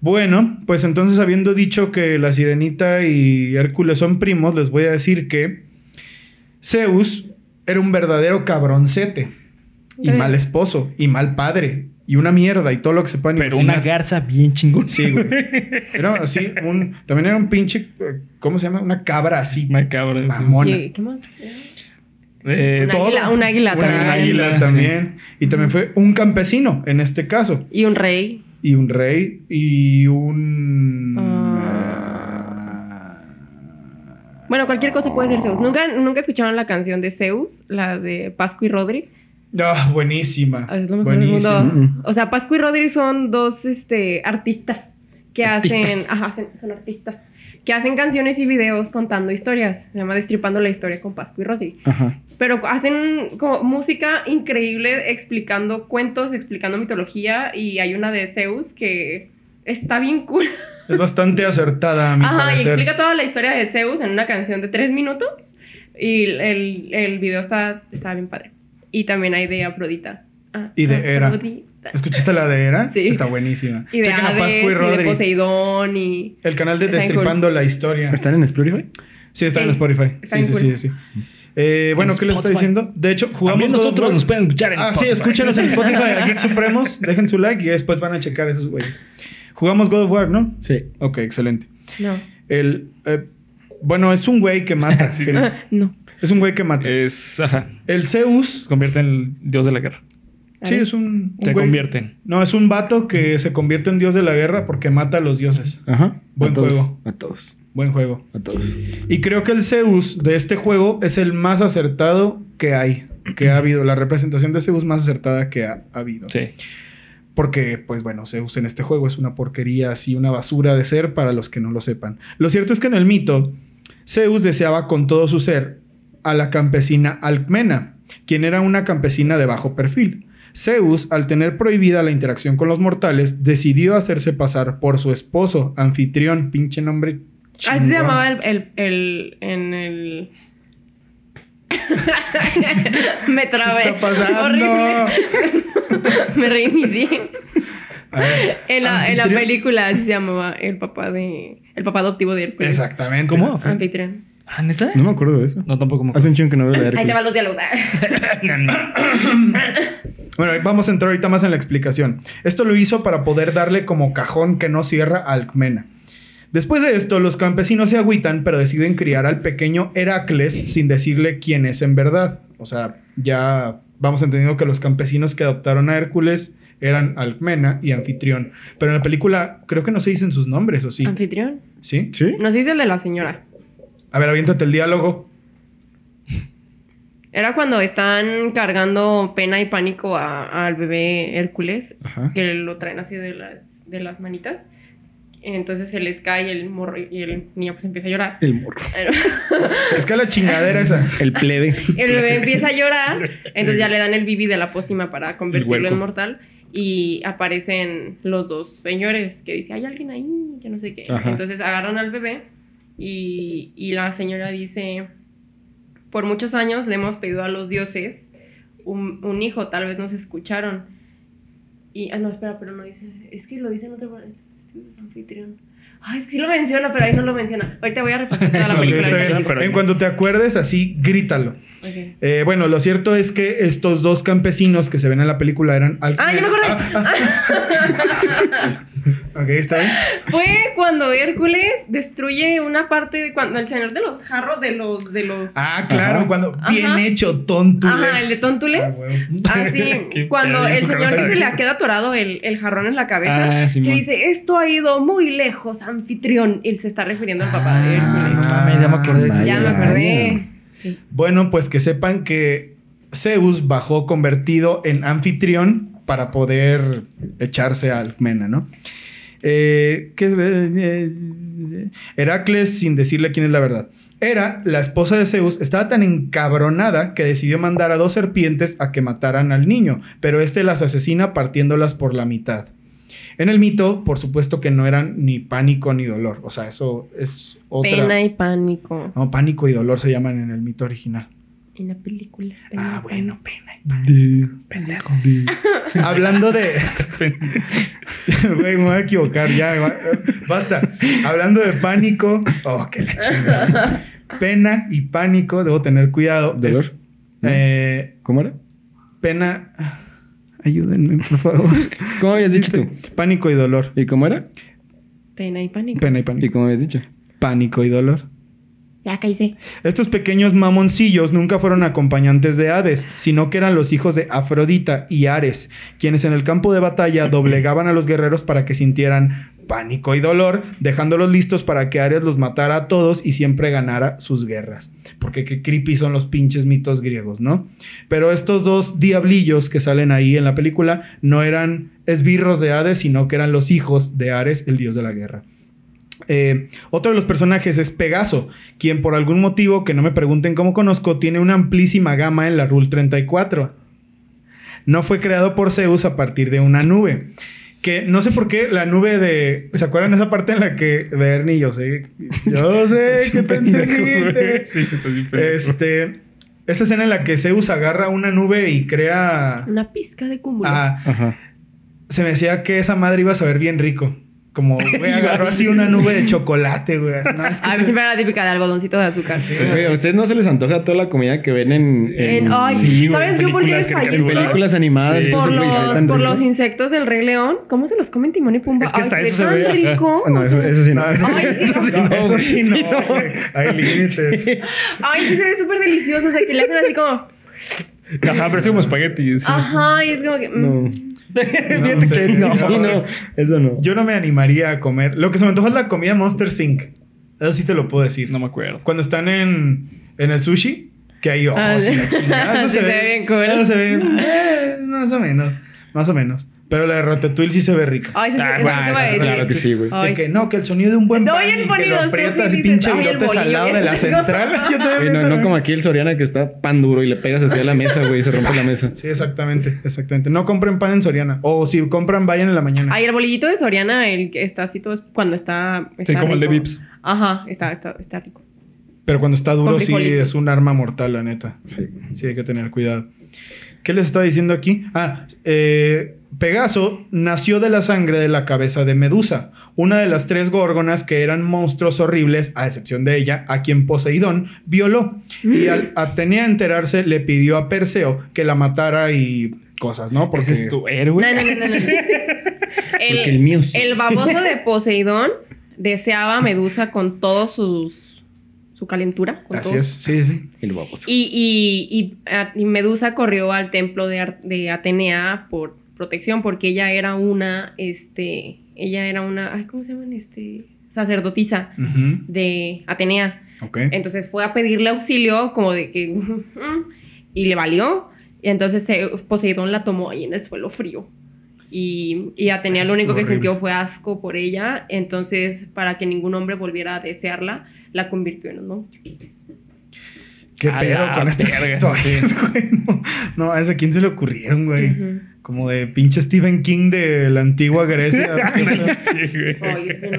B: Bueno, pues entonces habiendo dicho que la sirenita y Hércules son primos, les voy a decir que Zeus era un verdadero cabroncete y
D: Sí.
B: mal esposo y mal padre y una mierda y todo lo que se puedan
C: Pero una
B: imaginar.
C: garza bien chingón.
B: Sí, güey. Era así, un... También era un pinche... eh, ¿Cómo se llama? Una cabra así,
C: Me cabra. sí.
B: mamona.
D: ¿Y ¿Qué más?
C: Eh,
D: Una águila- un águila
B: Una
D: también.
B: águila también. Y también fue un campesino, en este caso.
D: Y un rey.
B: Y un rey y
A: Mm.
B: un...
D: Ah. Bueno, cualquier cosa puede ser Zeus. ¿Nunca, nunca escucharon la canción de Zeus, la de Pascu y Rodri?
B: Ah, buenísima.
D: Ah, Es lo mejor del
B: Buenísima.
A: Mm,
D: mundo. O sea, Pascu y Rodri son dos este, artistas que
A: Artistas.
D: hacen. Ajá, hacen- son artistas. Que hacen canciones y videos contando historias. Se llama Destripando la historia con Pascu y Rodri.
A: Ajá.
D: Pero hacen como música increíble explicando cuentos, explicando mitología. Y hay una de Zeus que está bien cool.
B: Es bastante acertada, a mi
D: Ajá, y
B: parecer.
D: explica toda la historia de Zeus en una canción de tres minutos. Y el, el video está, está bien padre. Y también hay de Afrodita. Ah,
B: Y de Hera.
D: Afrodita.
B: ¿Escuchaste la de Era?
D: Sí.
B: Está buenísima.
D: Y de
B: Chequen a
D: Hades,
B: Pascu y
D: y de
B: Rodri.
D: Poseidón y...
B: el canal de
D: Está bien
B: Destripando la Historia.
A: ¿Están en Spotify?
B: Sí, está en
D: Sí.
B: Spotify.
D: Está
B: Sí, sí,
D: bien
B: sí,
D: cool.
B: sí. Eh, bueno,
C: En
B: ¿qué les está
C: Spotify.
B: diciendo? De hecho, jugamos
C: También nosotros nos pueden escuchar en
B: Ah, sí,
C: Spotify.
B: escúchenos en Spotify, a Geek Supremos. Dejen su like y después van a checar esos güeyes. Jugamos God of War, ¿no?
A: Sí.
B: Ok, excelente.
D: No.
B: El, eh, bueno, es un güey que mata. gente.
D: No.
B: Es un güey que mata.
C: Es, ajá,
B: El Zeus.
C: se convierte en el dios de la guerra.
D: A
B: Sí,
D: ver.
B: es un. un
C: Se
B: güey.
C: convierte en...
B: No, es un vato que se convierte en dios de la guerra porque mata a los dioses.
A: Ajá.
B: Buen
A: a todos,
B: juego.
A: A todos.
B: Buen juego.
A: A todos.
B: Y creo que el Zeus de este juego es el más acertado que hay, que ha habido. La representación de Zeus más acertada que ha, habido.
C: Sí.
B: Porque, pues bueno, Zeus en este juego es una porquería, así una basura de ser para los que no lo sepan. Lo cierto es que en el mito, Zeus deseaba con todo su ser a la campesina Alcmena, quien era una campesina de bajo perfil. Zeus, al tener prohibida la interacción con los mortales, decidió hacerse pasar por su esposo, anfitrión, pinche nombre.
D: Así
B: chingón.
D: se llamaba el... el, el en el... Me trabé.
B: ¿Qué está pasando?
D: Horrible. Me reinicié.
B: A ver,
D: En la, en la
B: anfitrión.
D: película así se llamaba el papá de... El papá adoptivo de Hércules.
B: Exactamente.
C: ¿Cómo?
D: Anfitrión.
C: ¿Ah, neta?
A: No me acuerdo de eso.
C: No, tampoco me
A: Hace un chingo que no veo la de
D: Ahí te van
A: Hércules.
D: los diálogos.
B: Bueno, vamos a entrar ahorita más en la explicación. Esto lo hizo para poder darle como cajón que no cierra a Alcmena. Después de esto, los campesinos se agüitan, pero deciden criar al pequeño Heracles sin decirle quién es en verdad. O sea, ya vamos entendiendo que los campesinos que adoptaron a Hércules eran Alcmena y Anfitrión. Pero en la película creo que no se dicen sus nombres, ¿o sí?
D: ¿Anfitrión?
B: ¿Sí?
A: ¿Sí?
D: No sé si es el de la señora.
B: A ver, aviéntate el diálogo.
D: Era cuando están cargando pena y pánico a- al bebé Hércules,
A: Ajá.
D: que lo traen así de las, de las manitas. Entonces se les cae el morro y el niño pues empieza a llorar.
A: El morro.
B: Es que la chingadera esa.
A: El plebe.
D: El bebé empieza a llorar, entonces ya le dan el bibi de la pócima para convertirlo en
C: huerco.
D: mortal. Y aparecen los dos señores que dice, hay alguien ahí, que no sé qué.
A: Ajá.
D: Entonces agarran al bebé y, y la señora dice, por muchos años le hemos pedido a los dioses un, un hijo, tal vez nos escucharon. Y, ah, no, espera, pero no dice, es que lo dice en otra parte, anfitrión. Ay, es que sí lo menciona, pero ahí no lo menciona. Ahorita voy a repasar toda la
B: Ok,
C: No,
D: película.
B: está bien.
D: ahorita.
C: pero-
B: En cuanto te acuerdes, así grítalo.
D: Ok.
B: Eh, bueno, lo cierto es que estos dos campesinos que se ven en la película eran al-
D: Ah, ya me acordé.
B: Ah, ok, está bien.
D: Fue cuando Hércules destruye una parte de cuando el señor de los jarros de los de los
B: Ah, claro,
A: Ajá.
B: cuando
D: Ajá.
B: bien hecho, tonto. Ah,
D: Ajá, el de Tontules. Así,
C: Ah, Qué
D: Ah, cuando
C: pedo,
D: el señor
C: cabrón.
D: que se le queda atorado el, el jarrón en la cabeza,
C: Ah,
D: que
C: Simón.
D: dice, esto ha ido muy lejos, anfitrión. Él se está refiriendo al papá de
C: Ah,
D: Hércules.
C: no mames, ya me acordé de ese
D: ya me
A: vaya.
D: acordé.
B: Bueno, pues que sepan que Zeus bajó convertido en anfitrión para poder echarse a Alcmena, ¿no? Eh, ¿qué es? Eh, Heracles, sin decirle quién es la verdad. Hera, la esposa de Zeus, estaba tan encabronada que decidió mandar a dos serpientes a que mataran al niño, pero este las asesina partiéndolas por la mitad. En el mito, por supuesto que no eran ni pánico ni dolor, o sea, eso es otra.
D: Pena y pánico.
B: No, pánico y dolor se llaman en el mito original.
D: En la película. pena
B: Ah,
D: y
B: bueno, pena.
A: De- de-
B: Hablando de. Güey, me voy a equivocar ya. va- Basta. Hablando de pánico. Oh, qué la chingada. Pena y pánico, debo tener cuidado.
A: ¿Dolor?
B: Es- eh,
A: ¿Cómo era?
B: pena. Ayúdenme, por favor.
A: ¿Cómo habías dicho tú?
B: Pánico y dolor.
A: ¿Y cómo era?
D: pánico. Pena y pánico.
B: Pena y
A: ¿Y
B: pánico.
A: cómo habías dicho?
B: Pánico y dolor.
D: Ya caíse.
B: Estos pequeños mamoncillos nunca fueron acompañantes de Hades, sino que eran los hijos de Afrodita y Ares, quienes en el campo de batalla doblegaban a los guerreros para que sintieran pánico y dolor, dejándolos listos para que Ares los matara a todos y siempre ganara sus guerras. Porque qué creepy son los pinches mitos griegos, ¿no? Pero estos dos diablillos que salen ahí en la película no eran esbirros de Hades, sino que eran los hijos de Ares, el dios de la guerra. Eh, otro de los personajes es Pegaso, quien por algún motivo que no me pregunten cómo conozco, tiene una amplísima gama en la Rule 34. No fue creado por Zeus a partir de una nube. Que no sé por qué la nube de. ¿Se acuerdan esa parte en la que Bernie, yo sé. Yo sé que te entendiste?
C: Sí, está bien pendejo.
B: Este. Esta escena en la que Zeus agarra una nube y crea.
D: Una pizca de cúmulo.
B: Ah,
E: Ajá.
B: se me decía que esa madre iba a saber bien rico. Como, güey, agarró así una nube de chocolate, güey. No, es que
D: a mí
B: se-
D: siempre era la típica de algodoncito de azúcar.
E: Pues, oye, ¿A ustedes no se les antoja toda la comida que ven en, en,
D: En- ay,
E: sí, güey,
D: ¿Sabes yo por qué
E: películas,
D: les fallé?
E: caricaturas, películas animadas?
B: Sí.
E: Dices,
D: por
E: güey,
D: los,
E: se ve tan
D: por
E: rico.
D: los insectos del Rey León, ¿cómo se los comen Timón y Pumba?
C: Es que
D: Ay,
C: hasta
D: se ve
C: eso se
D: tan
C: ve, ajá.
D: rico.
A: Ah, No, eso, eso sí no.
D: Ah,
B: No, eso-
D: Ay,
A: eso sí
B: no,
A: no.
B: eso sí no, güey. Hay límites.
D: Ay, que se ve súper delicioso. O sea, que le hacen así como...
C: Ajá, pero es como espagueti. sí.
D: Ajá, y es como que... mm.
A: No,
C: Fíjate
B: No sé.
C: que no.
A: sí, no, eso no.
B: Yo no me animaría a comer. Lo que se me antoja es la comida Monster Inc. Eso sí te lo puedo decir.
C: No me acuerdo.
B: Cuando están en, en el sushi, que ahí, oh,
D: Ah,
B: sí,
D: sí.
B: la chingada. Eso
D: Sí, se ve bien cool.
B: Eso se ve eh, más o menos. Más o menos. Pero la de Ratatouille sí se ve rica.
D: Ay, eso,
E: Ah,
D: eso
E: bueno,
D: te
E: eso
D: voy a decir.
E: claro que sí, güey.
D: Ay,
B: De que no, que el sonido de un buen
D: No,
B: pan
D: y el
B: y que
D: bolillo,
B: lo
D: sí,
B: aprietas
D: sí,
B: y
D: sí,
B: pinche
D: ay, el
B: bigotes al
D: bolillo
B: lado
D: que
B: de las
D: tengo.
B: entradas. Yo
E: Güey,
B: también
E: no,
B: pienso,
E: no como aquí el Soriana que está pan duro y le pegas así a la mesa, güey, y se rompe la mesa.
B: Sí, exactamente, exactamente. No compren pan en Soriana. O si compran, vayan en la mañana.
D: Ay, el bolillito de Soriana, el que está así todo... es- Cuando está... está
C: Sí, como el de
D: rico.
C: Vips.
D: Ajá, está, está, está rico.
B: Pero cuando está duro,
D: Con
B: sí
D: frijolito.
B: es un arma mortal, la neta.
E: Sí.
B: Sí, hay que tener cuidado. ¿Qué les estaba diciendo aquí? Ah, eh, Pegaso nació de la sangre de la cabeza de Medusa, una de las tres górgonas que eran monstruos horribles, a excepción de ella, a quien Poseidón violó.
D: Mm.
B: Y al Atenea enterarse, le pidió a Perseo que la matara y cosas, ¿no?
C: Porque
B: Porque
C: es tu
D: No,
C: héroe.
D: no, no, no, no.
E: Porque el mío sí.
D: el baboso de Poseidón deseaba a Medusa con todos sus... Su calentura. Con
B: Así
D: todo
B: es, sí, sí.
E: El baboso.
D: Y, y- y, a- y Medusa corrió al templo de, Ar- de Atenea por protección porque ella era una, este, ella era una, ay, ¿cómo se llaman? Este, sacerdotisa
B: Ujú,
D: de Atenea.
B: Ok.
D: Entonces fue a pedirle auxilio como de que, mm, y le valió. Y entonces eh, Poseidón la tomó ahí en el suelo frío. Y, y Atenea
B: Estuvo
D: lo único que
B: horrible.
D: sintió fue asco por ella. Entonces, para que ningún hombre volviera a desearla, la convirtió en un monstruo.
B: ¿Qué
C: A
B: pedo
C: la
B: con estas
C: verga.
B: historias, güey? No, no, a ese quién se le ocurrieron, güey.
D: Ujú.
B: Como de pinche Stephen King de la antigua Grecia.
C: Sí, güey.
D: Ay, es que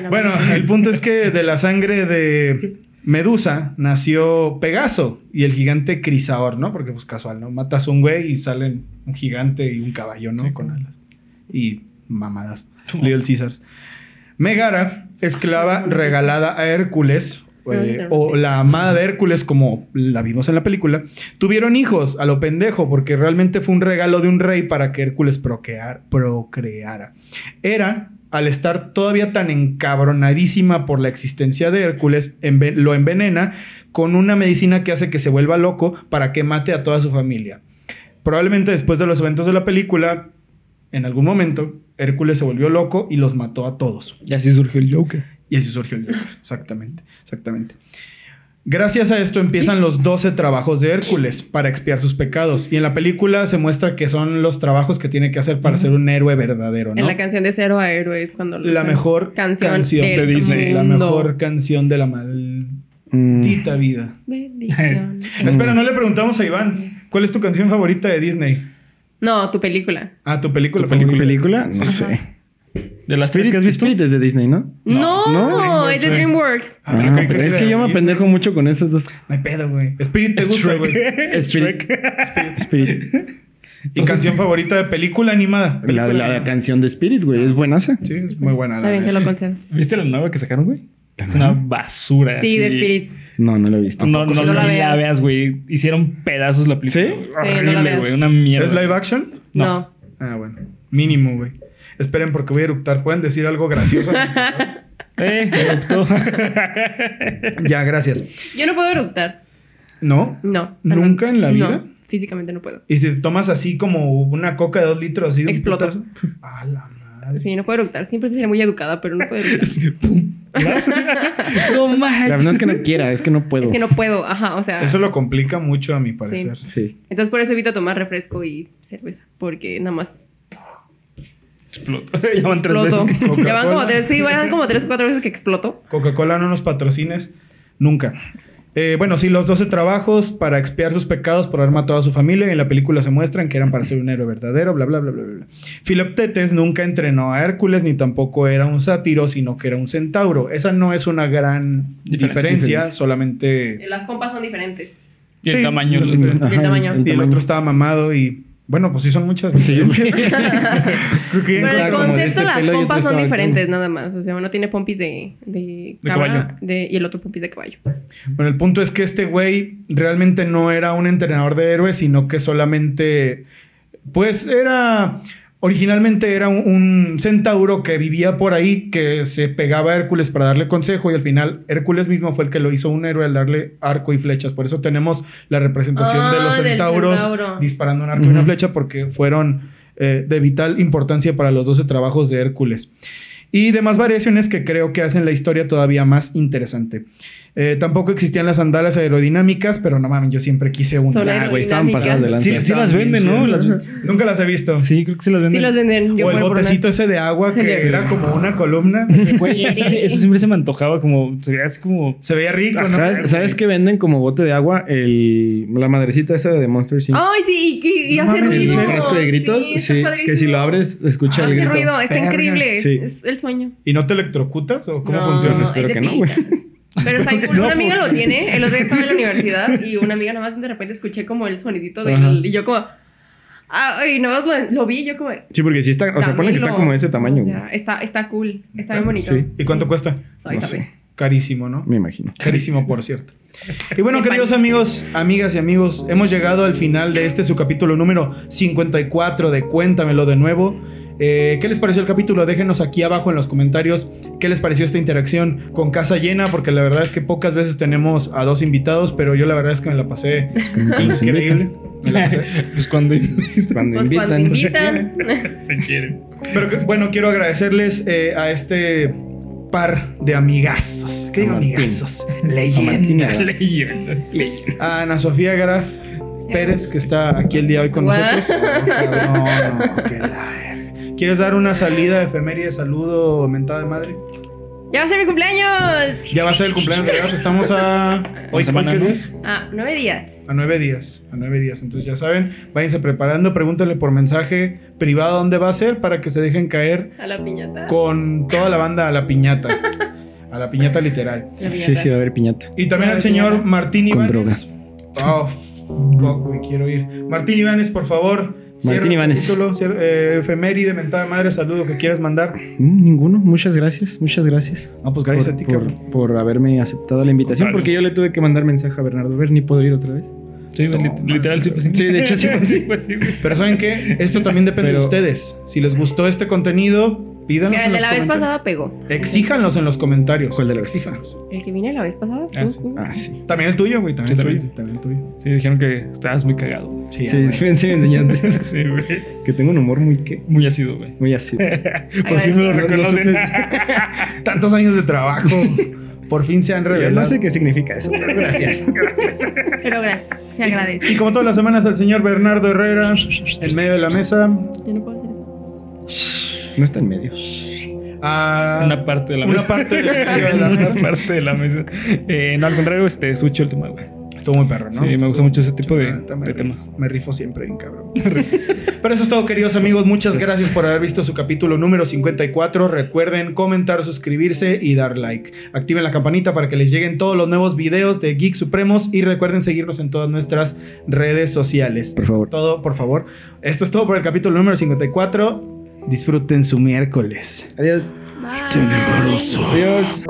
D: no.
B: bueno, el punto es que de la sangre de Medusa nació Pegaso y el gigante Crisaor, ¿no? Porque pues casual, ¿no? Matas un güey y salen un gigante y un caballo, ¿no? Con alas. Y mamadas. Little Caesars. Megara, esclava regalada a Hércules, eh, o la amada de Hércules, como la vimos en la película, tuvieron hijos a lo pendejo, porque realmente fue un regalo de un rey para que Hércules procrear- procreara. Era, al estar todavía tan encabronadísima por la existencia de Hércules, enve- lo envenena con una medicina que hace que se vuelva loco para que mate a toda su familia. Probablemente después de los eventos de la película, en algún momento, Hércules se volvió loco y los mató a todos.
C: Y así surgió el Joker.
B: Y así surgió el Joker. Exactamente, exactamente. Gracias a esto empiezan los 12 trabajos de Hércules para expiar sus pecados. Y en la película se muestra que son los trabajos que tiene que hacer para ser un héroe verdadero, ¿no?
D: En la canción de Cero a Héroe es cuando
B: La mejor canción, de Disney. La mejor canción de la maldita
E: Mm.
B: vida.
D: Bendición.
B: Espera, no le preguntamos a Iván. ¿Cuál es tu canción favorita de Disney?
D: No, tu película.
B: Ah, tu película.
E: ¿Tu película?
B: favorita.
E: No sé.
C: De las
E: Spirit,
C: tres que has visto.
E: Spirit es de Disney, ¿no?
D: No,
E: No.
D: es de DreamWorks.
B: Ah,
E: Ah,
B: creí
E: pero
B: sí
E: es
B: era
E: que
B: de
E: yo me
B: Disney.
E: apendejo mucho con esas dos.
B: No hay pedo, güey. Spirit te gusta, güey.
C: Es
E: Shrek. Spirit.
B: ¿Y canción favorita de película animada?
E: La de la,
B: Película animada.
E: canción de Spirit, güey, es buenaza.
B: Sí, es muy buena. La
D: Está bien,
B: neta.
D: te lo concedo.
C: ¿Viste la nueva que sacaron, güey? Es una basura.
D: Sí, de
C: así.
D: Spirit.
E: No, no la he visto.
C: No, no,
D: si
C: no,
D: no la
C: la
D: veas.
C: veas, güey. Hicieron pedazos la película.
E: ¿Sí?
C: güey.
D: Sí, no la
C: Horrible,
D: veas.
C: güey. Una mierda.
B: ¿Es live action?
C: No.
D: No.
B: Ah, bueno. Mínimo, güey. Esperen porque voy a eructar. ¿Pueden decir algo gracioso?
C: Eh, eruptó.
B: ya, gracias.
D: Yo no puedo eructar.
B: ¿No?
D: No.
B: ¿Nunca en la
D: No,
B: vida?
D: físicamente no puedo.
B: ¿Y si te tomas así como una coca de dos litros así de un
D: Explota.
B: putazo? A la madre.
D: Sí, no puedo eructar. Siempre seré muy educada, pero no puedo eructar.
C: no
E: La verdad
C: manches.
E: es que no quiera, es que no puedo.
D: es que no puedo. Ajá, o sea.
B: Eso lo complica mucho a mi parecer.
E: Sí.
D: Entonces por eso evito tomar refresco y cerveza. Porque nada más
C: Explotó. Ya van tres
D: exploto.
C: veces.
D: Ya van como
B: Coca-Cola.
D: tres, sí, van como tres o cuatro veces que exploto.
B: Coca-Cola no nos patrocines nunca. Eh, bueno, sí, los 12 trabajos para expiar sus pecados por haber matado a su familia. Y en la película se muestran que eran para ser un héroe verdadero, bla, bla, bla, bla, bla. bla. Filoctetes nunca entrenó a Hércules ni tampoco era un sátiro, sino que era un centauro. Esa no es una gran
C: Diferencia.
B: diferencia, solamente
D: Las pompas son diferentes.
C: Y el
B: Sí,
C: tamaño es
B: el
C: diferente.
A: Ajá,
D: el tamaño.
B: Y el otro estaba mamado y... Bueno, pues sí son muchas.
E: Sí.
B: diferencias. Creo que
D: Pero el
E: claro, como de
D: concepto,
E: este
D: las
E: pelo y otro
D: pompas son
E: estaba
D: diferentes, nada más. O sea, uno tiene pompis de, de,
C: De
D: cabra,
C: caballo.
D: de- y el otro pompis de caballo.
B: Bueno, el punto es que este güey realmente no era un entrenador de héroes, sino que solamente, pues era, originalmente era un, un centauro que vivía por ahí, que se pegaba a Hércules para darle consejo y al final Hércules mismo fue el que lo hizo un héroe al darle arco y flechas. Por eso tenemos la representación de
D: Ah,
B: los
D: del
B: centauros
D: centauro.
B: disparando un arco y una
A: Ujú.
B: flecha porque fueron eh, de vital importancia para los 12 trabajos de Hércules. Y demás variaciones que creo que hacen la historia todavía más interesante. Eh, tampoco existían las andalas aerodinámicas, pero no mames, yo siempre quise una.
D: Son
E: Ah, güey, estaban
D: aerodinámicas.
E: pasadas de lanza.
C: Sí, sí las venden, ¿no? Las-
B: Nunca las he visto.
C: sí, creo que sí las
D: Sí
C: venden.
D: los venden. Yo
B: o el
D: voy por unas.
B: botecito ese de agua que
D: Sí.
B: era como una columna.
C: Güey, eso, sí- eso siempre se me antojaba, como, se veía así como...
B: Se veía rico,
E: Ah,
B: ¿no?
E: ¿Sabes, ¿Sabes que venden como bote de agua el, la madrecita esa de Monster Inc?
D: Ay, sí, y, y, y
B: No
D: hace
B: mames,
E: el
D: ruido.
E: frasco de gritos. Sí,
D: está
E: que si
D: padrísimo.
E: lo abres, se escucha el
D: Hace
E: grito.
D: ruido, está
B: Verga.
D: increíble.
E: Sí.
D: Es el sueño.
B: ¿Y no te electrocutas? ¿O cómo
D: No,
B: funciona?
D: hay
E: espero
D: de
E: que no,
D: pilitas. Pero está ahí,
C: que no,
D: una amiga
C: porque-
D: lo tiene, el otro día estaba en la universidad y una amiga nada más de repente escuché como el sonidito del...
E: Ajá.
D: Y yo como... Ay, nada más lo, lo vi y yo como...
E: Sí, porque sí está, o sea, pone que está
D: "Dámelo".
E: como de ese tamaño, güey.
D: Ya, está, está cool, está bien bonito.
E: Sí.
B: ¿Y cuánto cuesta?
D: Ay,
E: no
D: sabe.
E: sé.
B: Carísimo, ¿no?
E: Me imagino.
B: Carísimo, por cierto. Y bueno,
D: De
B: queridos
D: París.
B: amigos, amigas y amigos, hemos llegado al final de este su capítulo número 54 de Cuéntamelo de nuevo. Eh, ¿Qué les pareció el capítulo? Déjenos aquí abajo en los comentarios qué les pareció esta interacción con Casa Llena, porque la verdad es que pocas veces tenemos a dos invitados, pero yo la verdad es que me la pasé
E: nos
B: increíble. Me la pasé.
C: pues cuando...
E: Cuando
D: Pues
E: Pues invitan.
D: cuando invitan...
C: se quieren.
B: Pero que- bueno, quiero agradecerles eh, a este par de amigazos. ¿Qué digo
E: A Martín.
B: amigazos?
E: Martín y a
B: Leyendas.
C: Leyendas, leyendas.
B: a Ana Sofía Graf Pérez, que está aquí el día de hoy con
D: Guau.
B: nosotros. No, Ah, cabrón, no, que la verga. ¿Quieres dar una salida efeméride, saludo o mentada de madre?
D: ¡Ya va a ser mi cumpleaños!
B: Ya va a ser el cumpleaños de Graf. Estamos a. ¿Hoy,
C: semana,
B: ¿hoy qué
C: ¿no?
B: día es?
D: Ah, nueve días.
B: A nueve días. A nueve días. Entonces ya saben, váyanse preparando, pregúntale por mensaje privado dónde va a ser para que se dejen caer
D: A la piñata.
B: con toda la banda a la piñata. A la piñata literal.
D: La
E: Sí,
D: piñata.
E: sí, va a haber piñata.
B: Y también al señor Martín
E: Con
B: Ibáñez. Oh, fuck, güey, quiero ir. Martín Ibáñez, por favor. cierra
E: Martín
B: el
E: Ibáñez.
B: capítulo, cierra- eh, efeméride, mentada madre, saludo que quieras mandar.
E: Mm, ninguno. Muchas gracias. Muchas gracias.
B: No, pues gracias
E: por,
B: a ti, cabrón.
E: por, por haberme aceptado la invitación,
C: Contrario.
E: porque yo le tuve que mandar mensaje a Bernardo. Ver, ni puedo ir otra vez.
C: Sí,
B: No,
C: lit- literal, sí, pues sí.
E: Sí, de hecho, sí, pues, sí.
C: pues sí, güey.
B: Pero ¿saben qué? Esto también depende de
E: Pero-
B: ustedes. Si les gustó este contenido, pídanos
D: Mira,
B: en
D: el
B: los
D: de la vez
B: comentarios.
D: pasada pegó.
B: Exíjanlos en los comentarios.
E: ¿Cuál de la vez
B: Exíjanlos.
D: El que viene la vez pasada.
C: Ah,
D: tú,
C: sí.
D: tú.
E: Ah, sí.
B: También el tuyo, güey. También el
C: Sí, también.
B: tuyo. También el tuyo.
C: Sí, dijeron que estabas muy cagado. güey.
B: Sí,
E: Sí,
B: ah,
E: sí, sí, me enseñaste
C: Sí, güey.
E: que tengo un humor muy qué.
C: Muy ácido, güey.
E: Muy así.
C: Por fin me lo
E: No, no
C: reconocen.
E: supe-
B: güey. Tantos años de trabajo. Por fin se han revelado.
E: no sé qué significa eso. pero Gracias.
D: Pero gracias, se agradece.
B: Y como todas las semanas, al señor Bernardo Herrera, en medio de la mesa,
D: Yo no puedo hacer eso.
E: No está en medio.
B: a
C: Una parte de la
B: Una
C: mesa.
B: parte de- de la mesa.
C: Una parte de la mesa. Eh, no, al contrario, este, estuvo el tema, güey.
B: Estuvo muy perro, ¿no?
C: Sí, me gusta
B: Estuvo-
C: mucho ese tipo de-
B: La neta, me
C: de
B: rifo-
C: temas.
B: Me rifo siempre bien, cabrón. Pero eso es todo, queridos amigos. Muchas gracias por haber visto su capítulo número 54. Recuerden comentar, suscribirse y dar like. Activen la campanita para que les lleguen todos los nuevos videos de Geek Supremos y recuerden seguirnos en todas nuestras redes sociales.
E: Por
B: Esto
E: favor.
B: es todo, por favor. Esto es todo por el capítulo número 54. Disfruten su miércoles.
E: Adiós.
D: Bye.
E: Adiós.